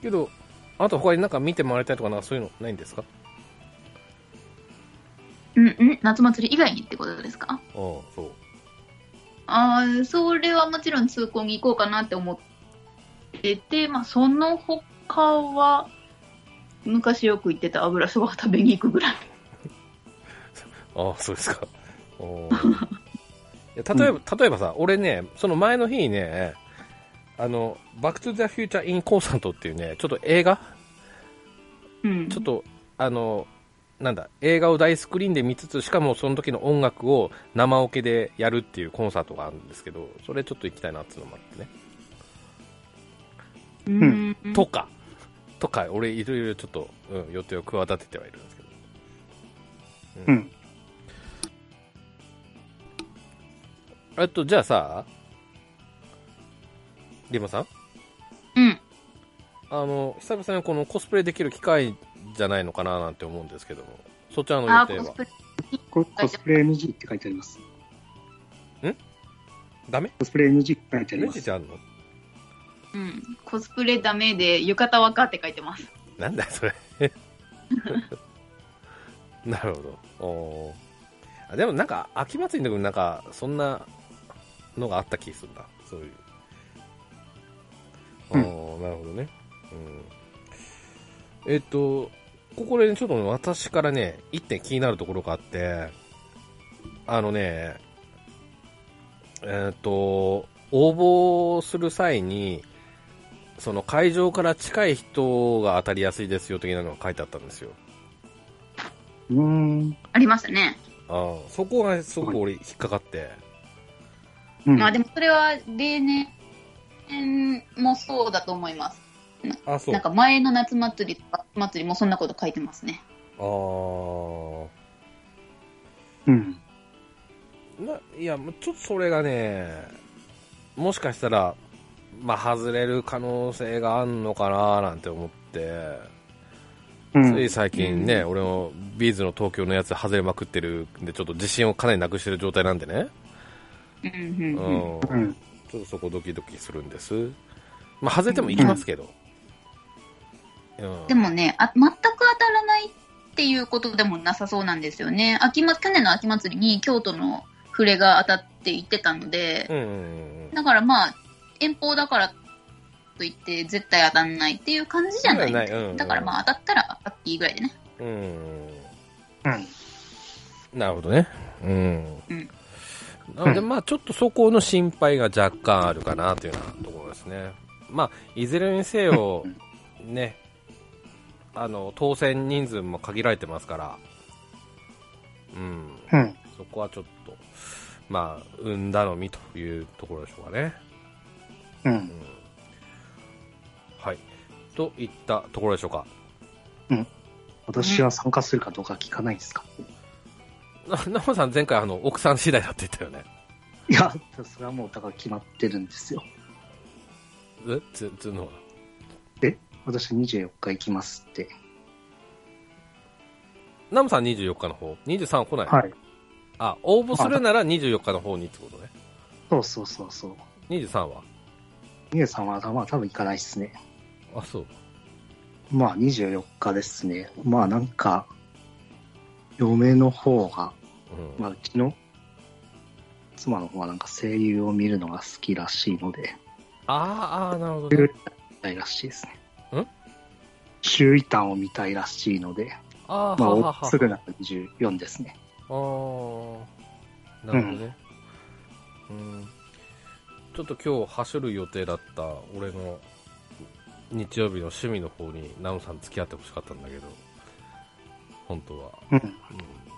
[SPEAKER 1] けどあと他になんか見て回りたいとかなんかそういうのないんですか
[SPEAKER 3] うんうん夏祭り以外にってことですか
[SPEAKER 1] うんそう
[SPEAKER 3] あーそれはもちろん通行に行こうかなって思ってて、まあ、その他は昔よく行ってた油そばを食べに行くぐらい
[SPEAKER 1] ああ、そうです か。おーいや例えば、例えばさ、俺ね、その前の日にね、あの、バックトゥザフューチャーインコンサートっていうね、ちょっと映画、
[SPEAKER 3] うん
[SPEAKER 1] ちょっと、あの、なんだ、映画を大スクリーンで見つつ、しかもその時の音楽を生オケでやるっていうコンサートがあるんですけど、それちょっと行きたいなっていうのもあってね。
[SPEAKER 3] うん
[SPEAKER 1] とか、とか、俺いろいろちょっと、うん、予定を企ててはいるんですけど。
[SPEAKER 2] うん
[SPEAKER 1] ん。えっと、じゃあさ、リマさん
[SPEAKER 3] うん
[SPEAKER 1] あの、久々にこのコスプレできる機会じゃないのかななんて思うんですけども、そちらの
[SPEAKER 3] あ
[SPEAKER 1] 予定
[SPEAKER 3] ーコス
[SPEAKER 1] は
[SPEAKER 3] プレ
[SPEAKER 2] ココスプレ NG って書いてあります。
[SPEAKER 1] ダメ
[SPEAKER 2] コスプレ NG って書いてあり
[SPEAKER 1] レ
[SPEAKER 2] ま
[SPEAKER 1] ジ
[SPEAKER 2] す。
[SPEAKER 1] じゃあんの
[SPEAKER 3] うん、コスプレダメで浴衣はかって書いてます。
[SPEAKER 1] なんだよそれ なるほどおーあでもなんか秋祭りの時もなんかそんなのがあった気するなそういうお
[SPEAKER 2] うん
[SPEAKER 1] ー、なるほどね、うん、えっとここでねちょっとね私からね一点気になるところがあってあのねえっと応募する際にその会場から近い人が当たりやすいですよ的なのが書いてあったんですよ。
[SPEAKER 2] うーん。
[SPEAKER 3] ありましたね。
[SPEAKER 1] ああそこがすごく俺引っかかって。
[SPEAKER 2] うん。
[SPEAKER 3] まあでもそれは例年もそうだと思います。
[SPEAKER 1] あ、そ
[SPEAKER 3] なんか前の夏祭りとか夏祭りもそんなこと書いてますね。
[SPEAKER 1] あ
[SPEAKER 2] うん。
[SPEAKER 1] あ。ないや、もうちょっとそれがね、もしかしたら、まあ、外れる可能性があるのかななんて思って。
[SPEAKER 2] うん
[SPEAKER 1] つい最近ね、俺のビーズの東京のやつ外れまくってるんで、ちょっと自信をかなりなくしてる状態なんでね。
[SPEAKER 3] うん
[SPEAKER 1] う
[SPEAKER 3] うんうん
[SPEAKER 1] ん。
[SPEAKER 2] うん。
[SPEAKER 1] ちょっとそこドキドキするんです。まあ、外れても行きますけど。うん
[SPEAKER 3] でもねあ、全く当たらないっていうことでもなさそうなんですよね。秋ま、去年の秋祭りに京都の触れが当たって行ってたので
[SPEAKER 1] う、んうんうん。
[SPEAKER 3] だからまあ、遠方だからといって絶対当たんないっていう感じじゃない。
[SPEAKER 1] ないうんうん
[SPEAKER 3] だからまあ当たったら当たっていいぐらいでね。
[SPEAKER 1] うん。
[SPEAKER 5] うん。
[SPEAKER 1] なるほどね。うん。
[SPEAKER 3] うん
[SPEAKER 1] なので、まあ、ちょっとそこの心配が若干あるかなというようなところですね。まあ、いずれにせよ、ね、あの、当選人数も限られてますから、うん。
[SPEAKER 5] うん。
[SPEAKER 1] そこはちょっと、まあ、運頼みというところでしょうかね。
[SPEAKER 5] う。
[SPEAKER 1] うんん。はい。といったところでしょうか。
[SPEAKER 2] 私は参加するかどうか聞かないんですか
[SPEAKER 1] な、なほさん前回あの、奥さん次第だって言ったよね。
[SPEAKER 2] いや、それはもうだから決まってるんですよ。
[SPEAKER 1] えつ、つのは。
[SPEAKER 2] 私24日行きますって。
[SPEAKER 1] ナムさん24日の方 ?23 来ない、
[SPEAKER 2] はい。
[SPEAKER 1] あ、応募するなら24日の方にってことね。
[SPEAKER 2] そうそうそうそう。
[SPEAKER 1] 23は
[SPEAKER 2] みえさんは、まあ多分行かないっすね。
[SPEAKER 1] あ、そう。
[SPEAKER 2] まあ24日ですね。まあなんか、嫁の方が、
[SPEAKER 1] うん。
[SPEAKER 2] まあうちの妻の方はなんか声優を見るのが好きらしいので、
[SPEAKER 1] あーあー、なるほど、ね。
[SPEAKER 2] 見たいらしいですね。
[SPEAKER 1] ん
[SPEAKER 2] 周囲端を見たいらしいので、
[SPEAKER 1] あー
[SPEAKER 2] ま
[SPEAKER 1] は
[SPEAKER 2] あ
[SPEAKER 1] はは
[SPEAKER 2] お、すぐなく24ですね。
[SPEAKER 1] あーなるほどね。うん。ちょっと今日走る予定だった俺の日曜日の趣味の方にナムさん付き合ってほしかったんだけど、本当は。
[SPEAKER 2] うん。
[SPEAKER 1] うん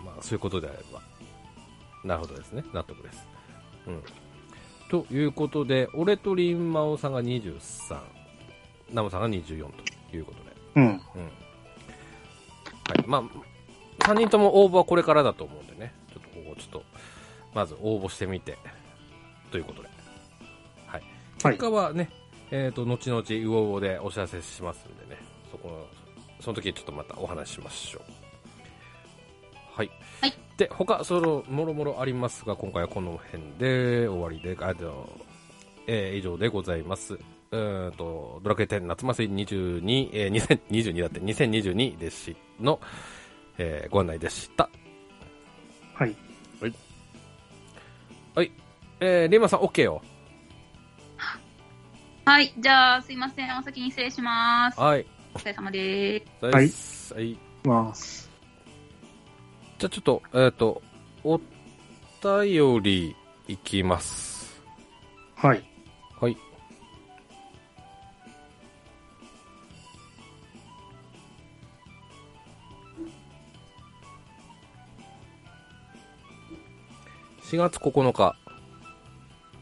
[SPEAKER 1] まあ、そういうことであれば、なるほどですね、納得です。うん、ということで、俺とリンマオさんが23、ナムさんが24ということで、
[SPEAKER 2] うん。
[SPEAKER 1] うんはいまあ、3人とも応募はこれからだと思うんでね、ちょっとここ、ちょっとまず応募してみてということで、はい、
[SPEAKER 2] はい
[SPEAKER 1] 結果はね、えー、と後々、ウオウオでお知らせしますんでね、そこのその時ちょっとまたお話ししましょう。はい。
[SPEAKER 3] はい
[SPEAKER 1] で、他、その、もろもろありますが、今回はこの辺で終わりで、あの、えー以上でございます。うーんと、ドラクエ10夏祭り22、えー、2022だって、2022でし、の、えーご案内でした。
[SPEAKER 5] はい。
[SPEAKER 1] えー、リーマンさん OK よ。
[SPEAKER 3] はい、じゃあすいません。お先に失礼します。お
[SPEAKER 1] はい。
[SPEAKER 3] 疲れ様です。
[SPEAKER 1] はいはい。
[SPEAKER 2] まあ、
[SPEAKER 1] じゃあちょっと、えっ、と、お便りいきます。
[SPEAKER 5] はい。
[SPEAKER 1] はい。4月9日、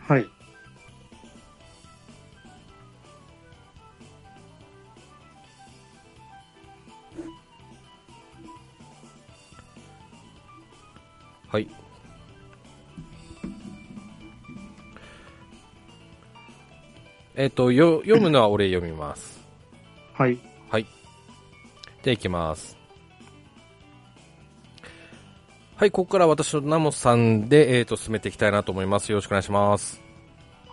[SPEAKER 5] はい。
[SPEAKER 1] はい。えっ、と、よ、読むのは俺読みます。
[SPEAKER 5] はい。
[SPEAKER 1] じゃあ行きます。はい、ここから私とナモさんで、えっ、と、進めていきたいなと思います。よろしくお願いします。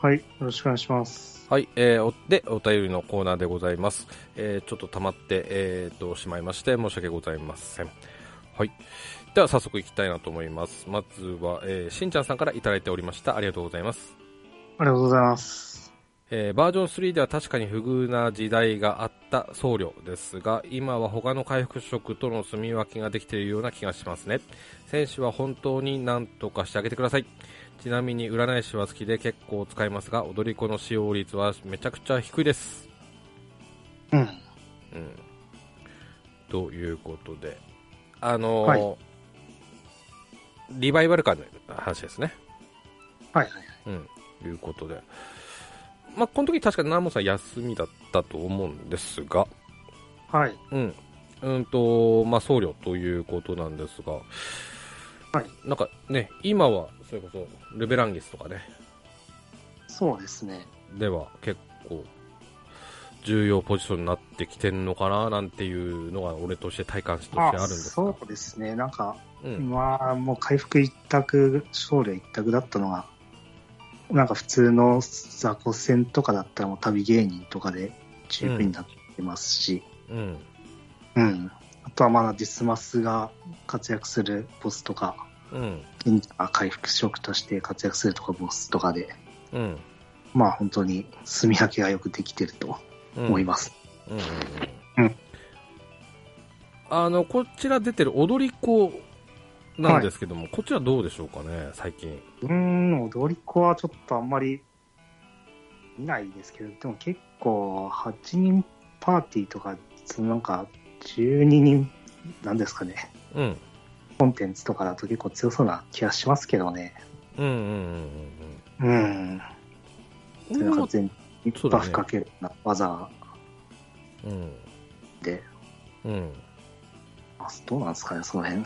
[SPEAKER 5] はい。よろしくお願いします。
[SPEAKER 1] はい、えー、おで、お便りのコーナーでございます。えー、ちょっと溜まって、えー、と、しまいまして、申し訳ございません。はい。では、早速行きたいなと思います。まずは、えー、しんちゃんさんからいただいておりました。ありがとうございます。
[SPEAKER 5] ありがとうございます。
[SPEAKER 1] えー、バージョン3では確かに不遇な時代があった僧侶ですが、今は他の回復職との住み分けができているような気がしますね。選手は本当に何とかしてあげてください。ちなみに占い師は好きで結構使いますが、踊り子の使用率はめちゃくちゃ低いです。
[SPEAKER 5] うん。
[SPEAKER 1] うん、ということで、あのー
[SPEAKER 5] はい
[SPEAKER 1] リバイバル感の話ですね。
[SPEAKER 5] はいはい。
[SPEAKER 1] うん、ということで、まあ、この時確かナモさん休みだったと思うんですが、
[SPEAKER 5] はい。
[SPEAKER 1] うん、うんと、まあ、僧侶ということなんですが、
[SPEAKER 5] はい
[SPEAKER 1] なんかね、今はそれこそルベランギスとかね、
[SPEAKER 2] そうですね。
[SPEAKER 1] では結構重要ポジションになってきてんのかななんていうのが俺として体感としてあ
[SPEAKER 2] あ
[SPEAKER 1] るんですが
[SPEAKER 2] そうですね。なんか、
[SPEAKER 1] うん
[SPEAKER 2] まあ、もう回復一択、勝利一択だったのが、なんか普通の雑魚戦とかだったらもう旅芸人とかでチープになってますし、
[SPEAKER 1] うん
[SPEAKER 2] うん。あとはまだディスマスが活躍するボスとか、
[SPEAKER 1] うん
[SPEAKER 2] 忍者が回復職として活躍するとかボスとかで、
[SPEAKER 1] うん
[SPEAKER 2] まあ本当に住み分けがよくできてると
[SPEAKER 1] うん
[SPEAKER 2] 思います。
[SPEAKER 1] うんうん
[SPEAKER 2] うん
[SPEAKER 1] うんあのこちら出てる踊り子なんですけども、こちらどうでしょうかね最近
[SPEAKER 2] うーん、踊り子はちょっとあんまり見ないですけど、でも結構8人パーティーとか、そのなんか12人、なんですかね、
[SPEAKER 1] うん
[SPEAKER 2] コンテンツとかだと結構強そうな気がしますけどね。
[SPEAKER 1] うんうんうん
[SPEAKER 2] うん。
[SPEAKER 1] うんう
[SPEAKER 2] それ
[SPEAKER 1] ん
[SPEAKER 2] は全
[SPEAKER 1] そう
[SPEAKER 2] 部
[SPEAKER 1] だ
[SPEAKER 2] バ
[SPEAKER 1] ね
[SPEAKER 2] フかけるような技
[SPEAKER 1] うん
[SPEAKER 2] で、
[SPEAKER 1] うん
[SPEAKER 2] あどうなんですかね、その辺。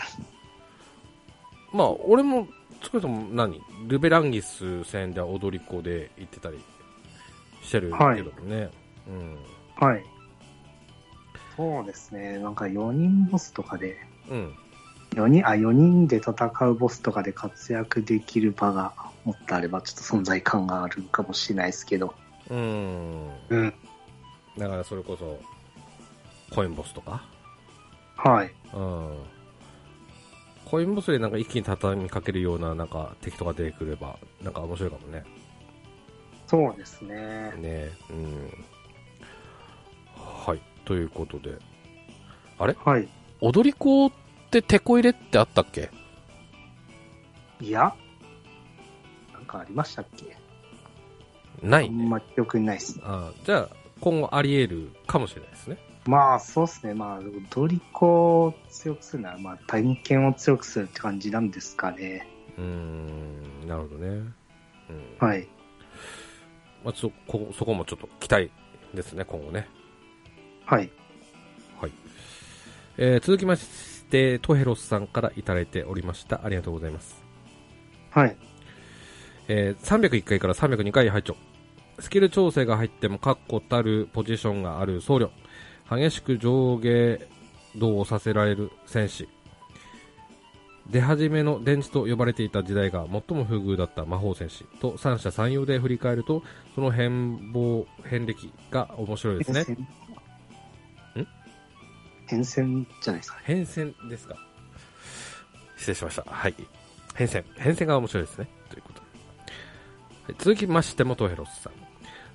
[SPEAKER 1] まあ俺も少なくとも何ルベランギス戦では踊り子で行ってたりしてるけどもね、
[SPEAKER 2] はい。そうですね、なんか4人ボスとかで、
[SPEAKER 1] うんうん
[SPEAKER 2] 4人、あ、4人で戦うボスとかで活躍できる場がもっとあれば、ちょっと存在感があるかもしれないですけど。
[SPEAKER 1] うん
[SPEAKER 2] うん。
[SPEAKER 1] だからそれこそコインボスとか
[SPEAKER 2] はい。
[SPEAKER 1] うんコインボスでなんか一気に畳みかけるようななんか敵とか出てくればなんか面白いかもね。
[SPEAKER 2] そうですね。
[SPEAKER 1] ねうん。はい。ということで。
[SPEAKER 2] はい。
[SPEAKER 1] 踊り子ってテコ入れってあったっけ
[SPEAKER 2] いや、なんかありましたっけ
[SPEAKER 1] な
[SPEAKER 2] あ
[SPEAKER 1] い
[SPEAKER 2] ん
[SPEAKER 1] ね。
[SPEAKER 2] ま記憶にないですね。
[SPEAKER 1] あじゃあ、今後あり得るかもしれないですね。
[SPEAKER 2] まあ、そうですね。まあ、ドリコを強くするなら、まあ、体験を強くするって感じなんですかね。
[SPEAKER 1] うーん。なるほどね。うん。
[SPEAKER 2] はい。
[SPEAKER 1] まあ、そ、こ、そこもちょっと期待ですね、今後ね。
[SPEAKER 2] はい。
[SPEAKER 1] はい。えー続きまして、トヘロスさんからいただいておりました。ありがとうございます。
[SPEAKER 2] はい。
[SPEAKER 1] えー301回から302回拝聴スキル調整が入っても確固たるポジションがある僧侶激しく上下動をさせられる戦士出始めの電池と呼ばれていた時代が最も不遇だった魔法戦士と三者三様で振り返るとその変貌変歴が面白いですね
[SPEAKER 2] 変遷。変遷じゃないですかね。
[SPEAKER 1] 変遷ですか失礼しました。はい。変遷。変遷が面白いですね。ということで。はい続きましてもトヘロスさん。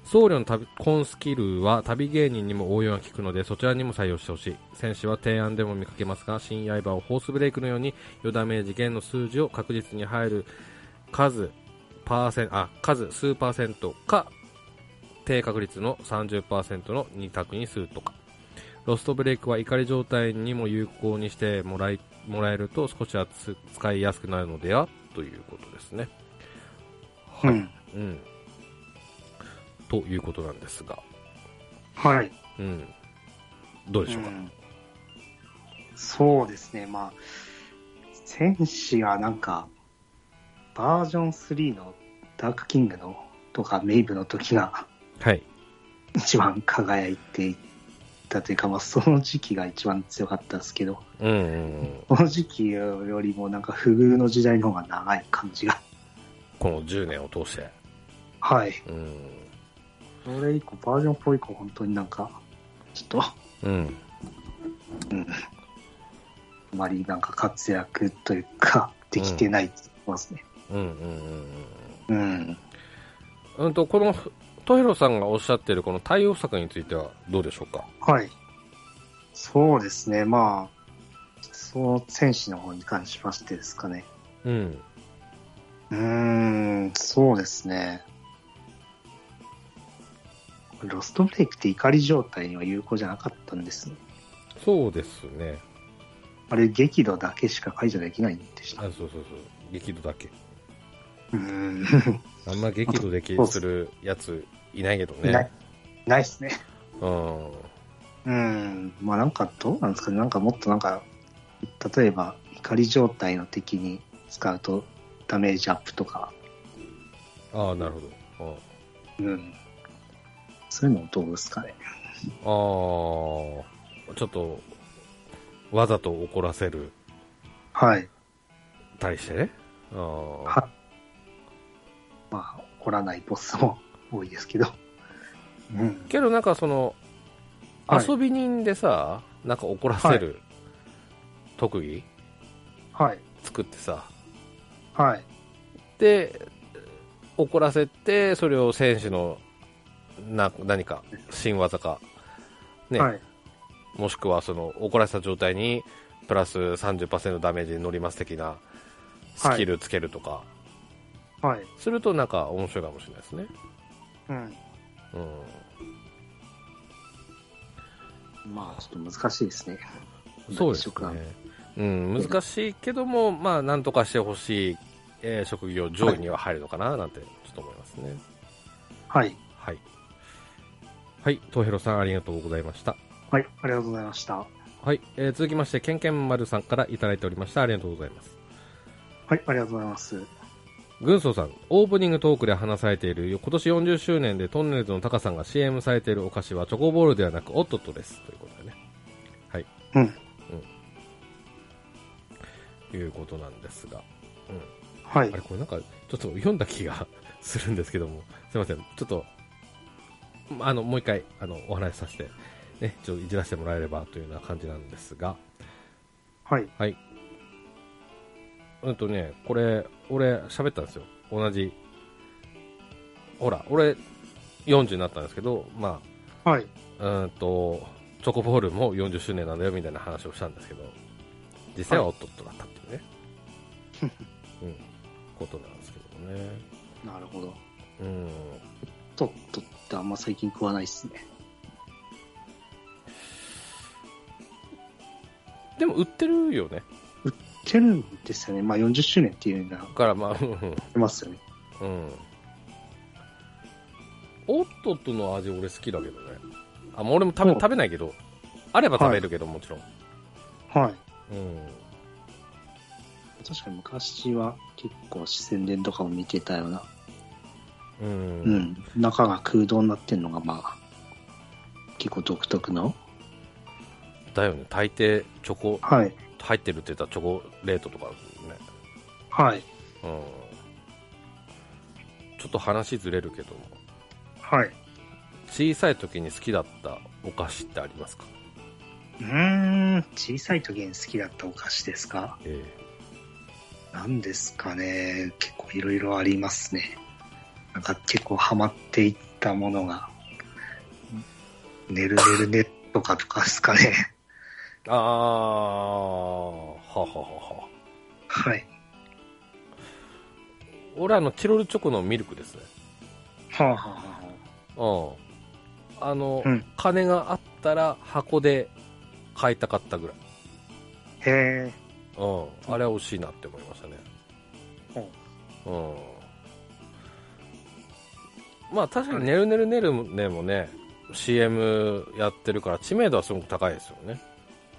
[SPEAKER 1] 僧侶の旅コンスキルは旅芸人にも応用が効くのでそちらにも採用してほしい。戦士は提案でも見かけますが、新刃をホースブレイクのように余ダメージ減の数字を確実に入る数、パーセン、あ、数数パーセントか、低確率の30%の2択にするとか。ロストブレイクは怒り状態にも有効にしてもらいもらえると少しはつ使いやすくなるのではということですね。はい。
[SPEAKER 2] うん。
[SPEAKER 1] うん。ということなんですが、
[SPEAKER 2] はい。
[SPEAKER 1] うん。どうでしょうか。
[SPEAKER 2] ん、そうですね、まあ、戦士がなんか、バージョン3のダークキングのとかメイブの時が
[SPEAKER 1] はい。
[SPEAKER 2] 一番輝いていったというか、まあ、その時期が一番強かったですけど、
[SPEAKER 1] うんうんうん。
[SPEAKER 2] この時期よりもなんか不遇の時代の方が長い感じが。
[SPEAKER 1] この10年を通して。
[SPEAKER 2] はい。
[SPEAKER 1] うん。
[SPEAKER 2] それ以降、バージョン4以降、本当になんか、ちょっと、あ
[SPEAKER 1] うん。
[SPEAKER 2] まりなんか活躍というか、できてないと思いますね。
[SPEAKER 1] うんうんうん
[SPEAKER 2] うん。
[SPEAKER 1] うん。うんと、この、トヘロさんがおっしゃってるこの対応策についてはどうでしょうか。
[SPEAKER 2] はい。そうですね、まあ、その選手の方に関しましてですかね。
[SPEAKER 1] うん。
[SPEAKER 2] うーん、そうですね。ロストブレイクって怒り状態には有効じゃなかったんですね。
[SPEAKER 1] そうですね。
[SPEAKER 2] あれ、激怒だけしか解除できないんでし
[SPEAKER 1] あ、
[SPEAKER 2] た。
[SPEAKER 1] そううそうそう。激怒だけ。
[SPEAKER 2] ーん。
[SPEAKER 1] あんま激怒できするやついないけど
[SPEAKER 2] いない
[SPEAKER 1] ね。、
[SPEAKER 2] ないっすね。
[SPEAKER 1] うん。
[SPEAKER 2] うん。まあなんか、どうなんですかね。なんかもっとなんか、例えば、怒り状態の敵に使うとダメージアップとか、
[SPEAKER 1] ああ、なるほど。
[SPEAKER 2] うん。そういうのどうですかね。
[SPEAKER 1] うあーちょっと、わざと怒らせる
[SPEAKER 2] はい。
[SPEAKER 1] 対してね。あー
[SPEAKER 2] はまあ、怒らないボスも多いですけど。うん。
[SPEAKER 1] けどなんかその、
[SPEAKER 2] はい
[SPEAKER 1] 遊び人でさ、なんか怒らせる特技
[SPEAKER 2] はい。
[SPEAKER 1] 作ってさ、
[SPEAKER 2] はい。
[SPEAKER 1] で、怒らせて、それを選手のな何か新技か、ね
[SPEAKER 2] はい。
[SPEAKER 1] もしくはその怒らせた状態にプラス30%ダメージに乗ります的なスキルつけるとか、
[SPEAKER 2] はい。
[SPEAKER 1] するとなんか面白いかもしれないですね。
[SPEAKER 2] うん。
[SPEAKER 1] うん
[SPEAKER 2] まあ、ちょっと難しいですね。
[SPEAKER 1] そうですね。うん、難しいけども、まあ、なんとかしてほしい、えー職業上位には入るのかな、なんて、ちょっと思いますね。
[SPEAKER 2] はい。
[SPEAKER 1] はい。はい、東広さんありがとうございました。
[SPEAKER 2] はい。ありがとうございました。はい。
[SPEAKER 1] はい、えー続きまして、けんけんまるさんからいただいておりました。ありがとうございます。
[SPEAKER 2] ありがとうございます。
[SPEAKER 1] 軍曹さん、オープニングトークで話されている、今年40周年でトンネルズのタカさんが CM されているお菓子はチョコボールではなく、オットットです。ということでね。はい。
[SPEAKER 2] うん
[SPEAKER 1] うん。いうことなんですが。
[SPEAKER 2] はい
[SPEAKER 1] あれ。これなんかちょっと読んだ気がするんですけどもすいませんちょっとまああのもう一回あのお話しさせて、ね、ちょっといじらせてもらえればというような感じなんですが
[SPEAKER 2] はい。
[SPEAKER 1] うんとねこれ俺喋ったんですよ同じほら俺40になったんですけどま
[SPEAKER 2] はい。
[SPEAKER 1] あうーんとチョコボールも40周年なんだよみたいな話をしたんですけど実際はおっとっとだったっていうね、うんことなんですけどもね
[SPEAKER 2] なるほど。
[SPEAKER 1] うん
[SPEAKER 2] トットってあんま最近食わないですね。
[SPEAKER 1] でも売ってるよね。
[SPEAKER 2] てるんですよね。まあ、40周年っていうのが
[SPEAKER 1] だからまあ、うん
[SPEAKER 2] 出ますよね。
[SPEAKER 1] うん。オットットの味俺好きだけどね。あ、もう俺も食べ
[SPEAKER 2] そう
[SPEAKER 1] 食べないけど、あれば食べるけど、もちろん。
[SPEAKER 2] はい。
[SPEAKER 1] うん。
[SPEAKER 2] 確かに昔は結構宣伝とかを見てたような。
[SPEAKER 1] う。
[SPEAKER 2] うんん。中が空洞になってんのが、まあ、結構独特の。
[SPEAKER 1] だよね。大抵、チョコ、
[SPEAKER 2] はい。
[SPEAKER 1] 入ってるって言ったらチョコレートとかね。
[SPEAKER 2] はい。
[SPEAKER 1] うん。ちょっと話ずれるけども、
[SPEAKER 2] はい。
[SPEAKER 1] 小さい時に好きだったお菓子ってありますか
[SPEAKER 2] うーん。小さい時に好きだったお菓子ですか
[SPEAKER 1] え
[SPEAKER 2] 何ですかね。結構いろいろありますね。なんか結構ハマっていったものが、ねるねるねとかとかですか ね。
[SPEAKER 1] えあー、はははは。
[SPEAKER 2] はい。
[SPEAKER 1] 俺あの、チロルチョコのミルクですね。
[SPEAKER 2] はあ、はあはあは
[SPEAKER 1] うん。あの、
[SPEAKER 2] うん
[SPEAKER 1] 金があったら箱で買いたかったぐらい。
[SPEAKER 2] あ、へえ。
[SPEAKER 1] うん。あれは惜しいなって思いましたね。うん。まあ確かにねるねるねるねもね、CM やってるから知名度はすごく高いですよね。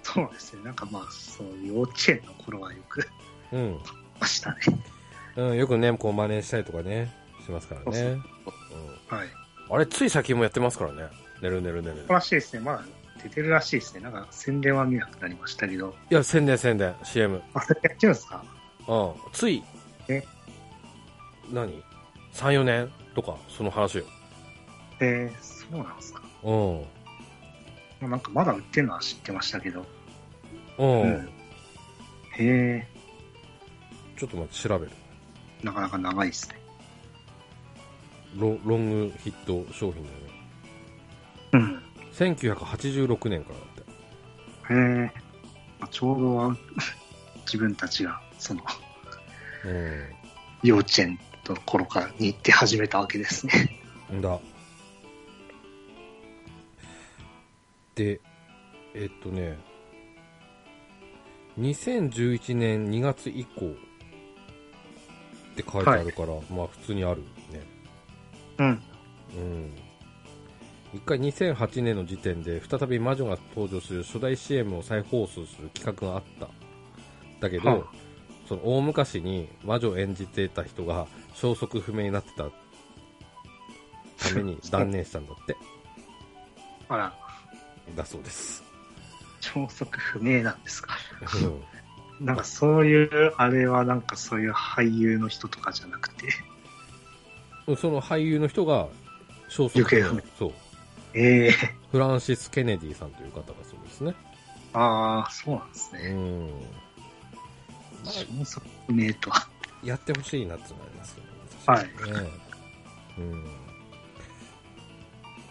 [SPEAKER 2] そうですね。なんかまあ、そう、幼稚園の頃はよく
[SPEAKER 1] うん。
[SPEAKER 2] ました ね。
[SPEAKER 1] うん、よくね、こう真似したりとかね、しますから
[SPEAKER 2] そう
[SPEAKER 1] ね。
[SPEAKER 2] はい。
[SPEAKER 1] うん。あれ、つい先もやってますからね。ねるねるねるね。
[SPEAKER 2] らしいですね。まだ出てるらしいですね。なんか宣伝は見なくなりましたけど。
[SPEAKER 1] いや、宣伝宣伝、CM。
[SPEAKER 2] あ、それやってるんですか
[SPEAKER 1] うん。つい、
[SPEAKER 2] え
[SPEAKER 1] 何 ?3、4年とか、その話よ。
[SPEAKER 2] えー、そうなんですか。
[SPEAKER 1] うん。
[SPEAKER 2] まあなんかまだ売ってるのは知ってましたけど。
[SPEAKER 1] うん。
[SPEAKER 2] うんへえ、
[SPEAKER 1] ちょっと待って、調べる。
[SPEAKER 2] なかなか長いですね。
[SPEAKER 1] ロロングヒット商品だよね。
[SPEAKER 2] うん。
[SPEAKER 1] 1986年からだって。
[SPEAKER 2] へえ、まあちょうどは 自分たちが、その、幼稚園の頃からに行って始めたわけですね。
[SPEAKER 1] うん。んだ。で、えっとね、2011年2月以降って書いてあるから、まあ普通にあるね。
[SPEAKER 2] うん。
[SPEAKER 1] うん一回2008年の時点で再び魔女が登場する初代 CM を再放送する企画があっただけど、
[SPEAKER 2] はい
[SPEAKER 1] その大昔に魔女を演じていた人が消息不明になってたために断念したんだって
[SPEAKER 2] あら、
[SPEAKER 1] だそうです。
[SPEAKER 2] 消息不明なんです か。なんかそういう、あれはなんかそういう俳優の人とかじゃなくて、
[SPEAKER 1] うんその俳優の人が消息
[SPEAKER 2] 行方不明
[SPEAKER 1] そう
[SPEAKER 2] ええ
[SPEAKER 1] フランシス・ケネディさんという方がそうですね。
[SPEAKER 2] ああ、そうなんです
[SPEAKER 1] う
[SPEAKER 2] ね。
[SPEAKER 1] ん、まあ
[SPEAKER 2] 消息不明とは。
[SPEAKER 1] やってほしいなっていうのはありますよね。はい。うん。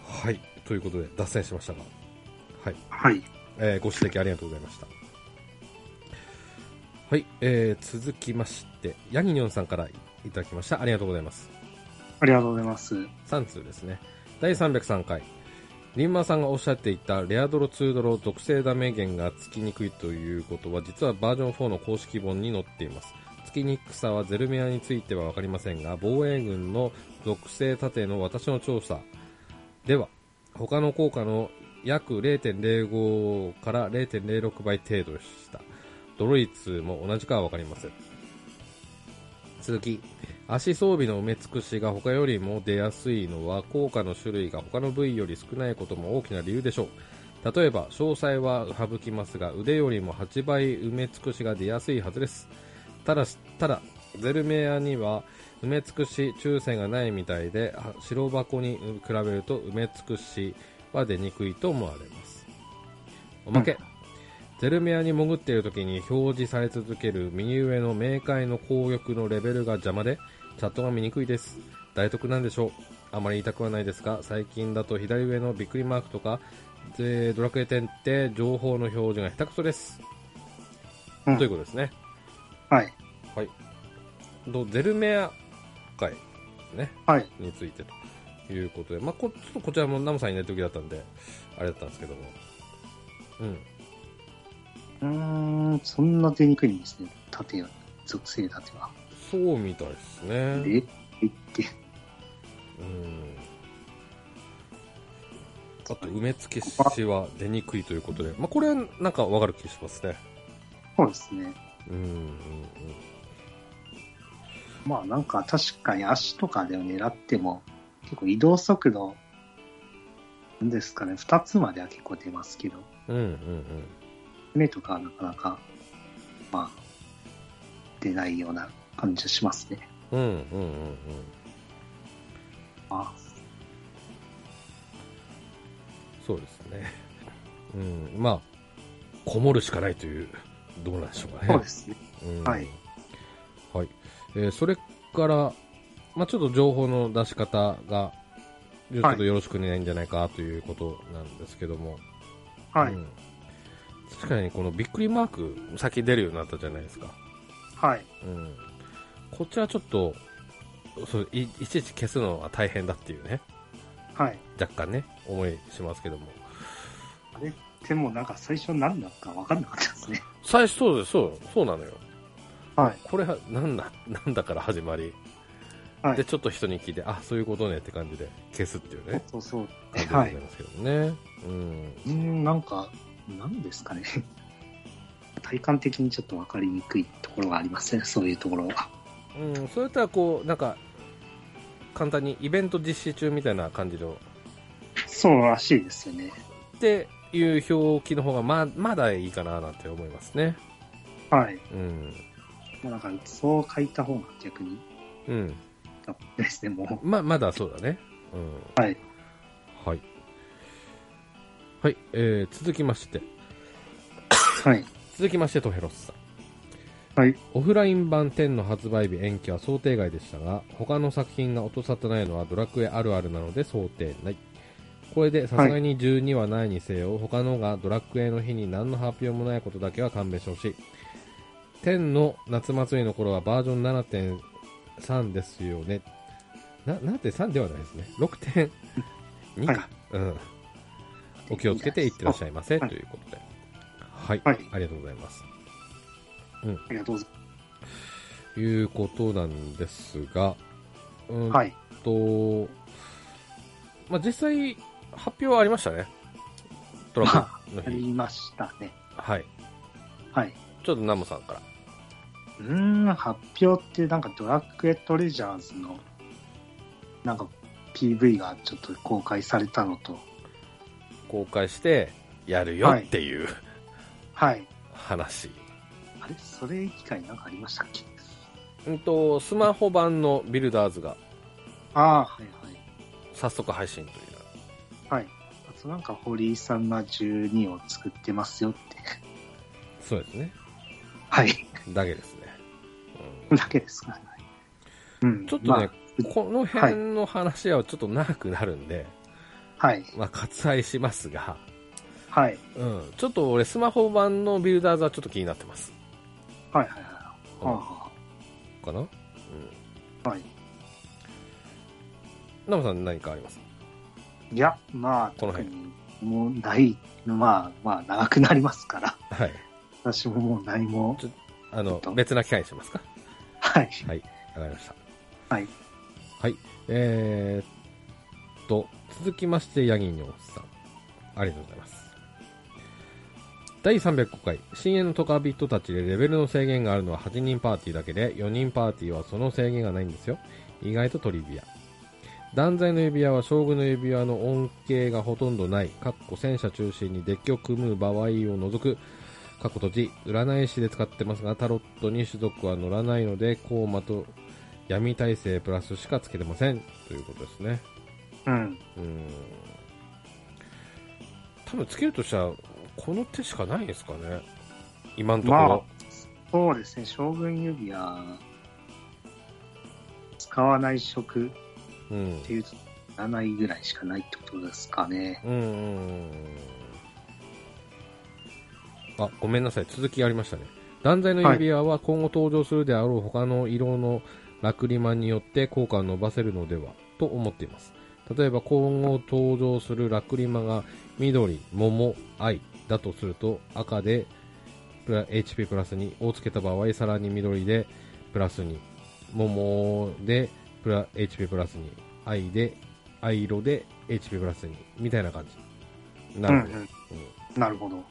[SPEAKER 1] はい。ということで、脱線しましたが、はい。
[SPEAKER 5] はい。
[SPEAKER 1] えーご指摘ありがとうございました。はい。えー続きまして、ヤギニョンさんからいただきました。ありがとうございます。
[SPEAKER 5] ありがとうございます。
[SPEAKER 1] 3通ですね。第303回。リンマーさんがおっしゃっていたレアドロ2ドロ属性ダメ源がつきにくいということは実はバージョン4の公式本に載っています。つきにくさはゼルメアについてはわかりませんが、防衛軍の属性盾の私の調査では、他の効果の約0.05から0.06倍程度でした。ドロイツも同じかはわかりません。続き、足装備の埋め尽くしが他よりも出やすいのは効果の種類が他の部位より少ないことも大きな理由でしょう例えば詳細は省きますが腕よりも8倍埋め尽くしが出やすいはずですただしただゼルメアには埋め尽くし抽選がないみたいでは白箱に比べると埋め尽くしは出にくいと思われますおまけ、ゼルメアに潜っている時に表示され続ける右上の明快の攻撃のレベルが邪魔でチャットが見にくいです。大得なんでしょう。あまり言いたくはないですが、最近だと左上のびっくりマークとか、でドラクエ10って情報の表示が下手くそです。
[SPEAKER 5] うん
[SPEAKER 1] ということですね。
[SPEAKER 5] はい。
[SPEAKER 1] はい。とゼルメア会ね。
[SPEAKER 5] はい
[SPEAKER 1] についてということで、まあ、こちょっとこちらもナムさんいない時だったんで、あれだったんですけども。うん。
[SPEAKER 2] うーん、そんな出にくいんですね。盾は、属性盾は。
[SPEAKER 1] そうみたいですね。
[SPEAKER 2] で、いって、
[SPEAKER 1] うんあと、埋め付けしは出にくいということで、まあ、これはなんかわかる気しますね。
[SPEAKER 2] そうですね。
[SPEAKER 1] うん、うん、うん。
[SPEAKER 2] まあなんか確かに足とかで狙っても結構移動速度なんですかね2つまでは結構出ますけど
[SPEAKER 1] うん、うん、うん。
[SPEAKER 2] 目とかはなかなかまあ出ないような感じはしますね
[SPEAKER 1] うん、うん、うん、うん。
[SPEAKER 2] あ
[SPEAKER 1] そうですね。うん、まあ、こもるしかないという、どうなんでしょうかね。
[SPEAKER 2] そうですね
[SPEAKER 1] うん
[SPEAKER 2] はい。
[SPEAKER 1] はい。えーそれから、まあちょっと情報の出し方が、ちょっとよろしくないんじゃないかということなんですけども。
[SPEAKER 5] はい
[SPEAKER 1] うん確かにこのびっくりマーク、先出るようになったじゃないですか。
[SPEAKER 5] はい。
[SPEAKER 1] うん。こっちはちょっと、そういいちいち消すのは大変だっていうね、
[SPEAKER 5] はい。
[SPEAKER 1] 若干ね、思いしますけども。
[SPEAKER 2] でもなんか最初何だったか分かんなかった ですね
[SPEAKER 1] 最初そうです、そう、そうなのよ。
[SPEAKER 5] はい。
[SPEAKER 1] これは、なんだ、なんだから始まり。
[SPEAKER 5] はい
[SPEAKER 1] で、ちょっと人に聞いて、あ、そういうことねって感じで消すっていうね、
[SPEAKER 2] そうそう
[SPEAKER 1] 感じでご
[SPEAKER 2] は
[SPEAKER 1] ざ
[SPEAKER 2] い
[SPEAKER 1] いますけどもね。うん。
[SPEAKER 2] うーんなんか何ですかね 体感的にちょっと分かりにくいところがありますねそういうところは
[SPEAKER 1] うん、それとはこう、なんか、簡単にイベント実施中みたいな感じの、
[SPEAKER 2] そうらしいですよね
[SPEAKER 1] っていう表記の方がま、まだいいかななんて思いますね。
[SPEAKER 2] はい
[SPEAKER 1] うん。
[SPEAKER 2] まあなんかそう書いた方が逆に
[SPEAKER 1] うん。
[SPEAKER 2] ですね、も
[SPEAKER 1] ま、まだそうだね。うん。
[SPEAKER 2] はい。
[SPEAKER 1] はい。はい、えー、続きまして。
[SPEAKER 2] う。はい。
[SPEAKER 1] 続きましてトヘロスさん
[SPEAKER 5] はい
[SPEAKER 1] オフライン版10の発売日延期は想定外でしたが他の作品が落とされないのはドラクエあるあるなので想定内これでさすがに12はないにせよ、他のがドラクエの日に何の発表もないことだけは勘弁してほしい10の夏祭りの頃はバージョン7.3ですよねな7.3ではないですね6.2か、
[SPEAKER 5] はい
[SPEAKER 1] うんお気をつけていってらっしゃいませ、
[SPEAKER 5] はい
[SPEAKER 1] ということではい、
[SPEAKER 5] はい
[SPEAKER 1] ありがとうございます。
[SPEAKER 5] ありがとうござい
[SPEAKER 1] いうことなんですが、うん
[SPEAKER 5] ます。はい。
[SPEAKER 1] と、まあ、実際、発表はありましたね。トラックの
[SPEAKER 5] あ
[SPEAKER 1] 日。
[SPEAKER 5] りましたね。
[SPEAKER 1] はい。
[SPEAKER 5] はい。
[SPEAKER 1] ちょっとナムさんから。
[SPEAKER 2] うーん、発表ってなんかドラクエトレジャーズの、なんか PV がちょっと公開されたのと、
[SPEAKER 1] 公開して、やるよっていう
[SPEAKER 2] はい。
[SPEAKER 1] 話。
[SPEAKER 2] あれそれ以外なんかありましたっけ
[SPEAKER 1] うんと、スマホ版のビルダーズが
[SPEAKER 2] ああ、はいはい。
[SPEAKER 1] 早速配信という。
[SPEAKER 2] あとなんか、堀井さんが12を作ってますよって。
[SPEAKER 1] そうですね。
[SPEAKER 2] はい。
[SPEAKER 1] だけですね。うん
[SPEAKER 2] だけですかね。うん。
[SPEAKER 1] ちょっとね、
[SPEAKER 2] ま
[SPEAKER 1] この辺の話はちょっと長くなるんで、
[SPEAKER 2] あはい。
[SPEAKER 1] まあ、割愛しますが、
[SPEAKER 2] はい。
[SPEAKER 1] うん、ちょっと俺、スマホ版のビルダーズはちょっと気になってます。
[SPEAKER 2] はいはいはい。
[SPEAKER 1] うん
[SPEAKER 2] あ
[SPEAKER 1] かな、うん、
[SPEAKER 2] あはい。
[SPEAKER 1] ナムさん何かあります
[SPEAKER 2] いや、まあ、
[SPEAKER 1] この
[SPEAKER 2] 特
[SPEAKER 1] 辺
[SPEAKER 2] に、もうない、まあ、まあ、長くなりますから。
[SPEAKER 1] はい。
[SPEAKER 2] 私ももう何も。
[SPEAKER 1] あ
[SPEAKER 2] ちょ
[SPEAKER 1] の
[SPEAKER 2] っと、
[SPEAKER 1] 別な機会にしますか
[SPEAKER 2] はい。
[SPEAKER 1] わかりました。
[SPEAKER 2] はい。
[SPEAKER 1] はい。えーっと、続きまして、ヤギニョウさん。ありがとうございます。第305回、深淵のトカビ人たちでレベルの制限があるのは8人パーティーだけで、4人パーティーはその制限がないんですよ。意外とトリビア。断罪の指輪は将軍の指輪の恩恵がほとんどない、かっこ戦車中心にデッキを組む場合を除く、過去閉じ、占い師で使ってますが、タロットに種族は乗らないので、コーマと闇耐性プラスしかつけてませんということですね
[SPEAKER 2] うん。
[SPEAKER 1] うーん多分つけるとしたらこの手しかないですかね今のとこ
[SPEAKER 2] まあ
[SPEAKER 1] ろ、、
[SPEAKER 2] そうですね、将軍指輪、使わない職
[SPEAKER 1] うん
[SPEAKER 2] っていうと、7位ぐらいしかないってことですかね。
[SPEAKER 1] うんうんうんうんあごめんなさい続きありましたね断罪の指輪は今後登場するであろう他の色のラクリマによって効果を伸ばせるのではと思っています例えば今後登場するラクリマが緑、桃、愛だとすると赤でプラ HP プラス2をつけた場合さらに緑でプラス2桃でプラ HP プラス2愛で藍色で HP プラス2みたいな感じなるほど、
[SPEAKER 2] うん
[SPEAKER 1] うん
[SPEAKER 2] うん、なるほど。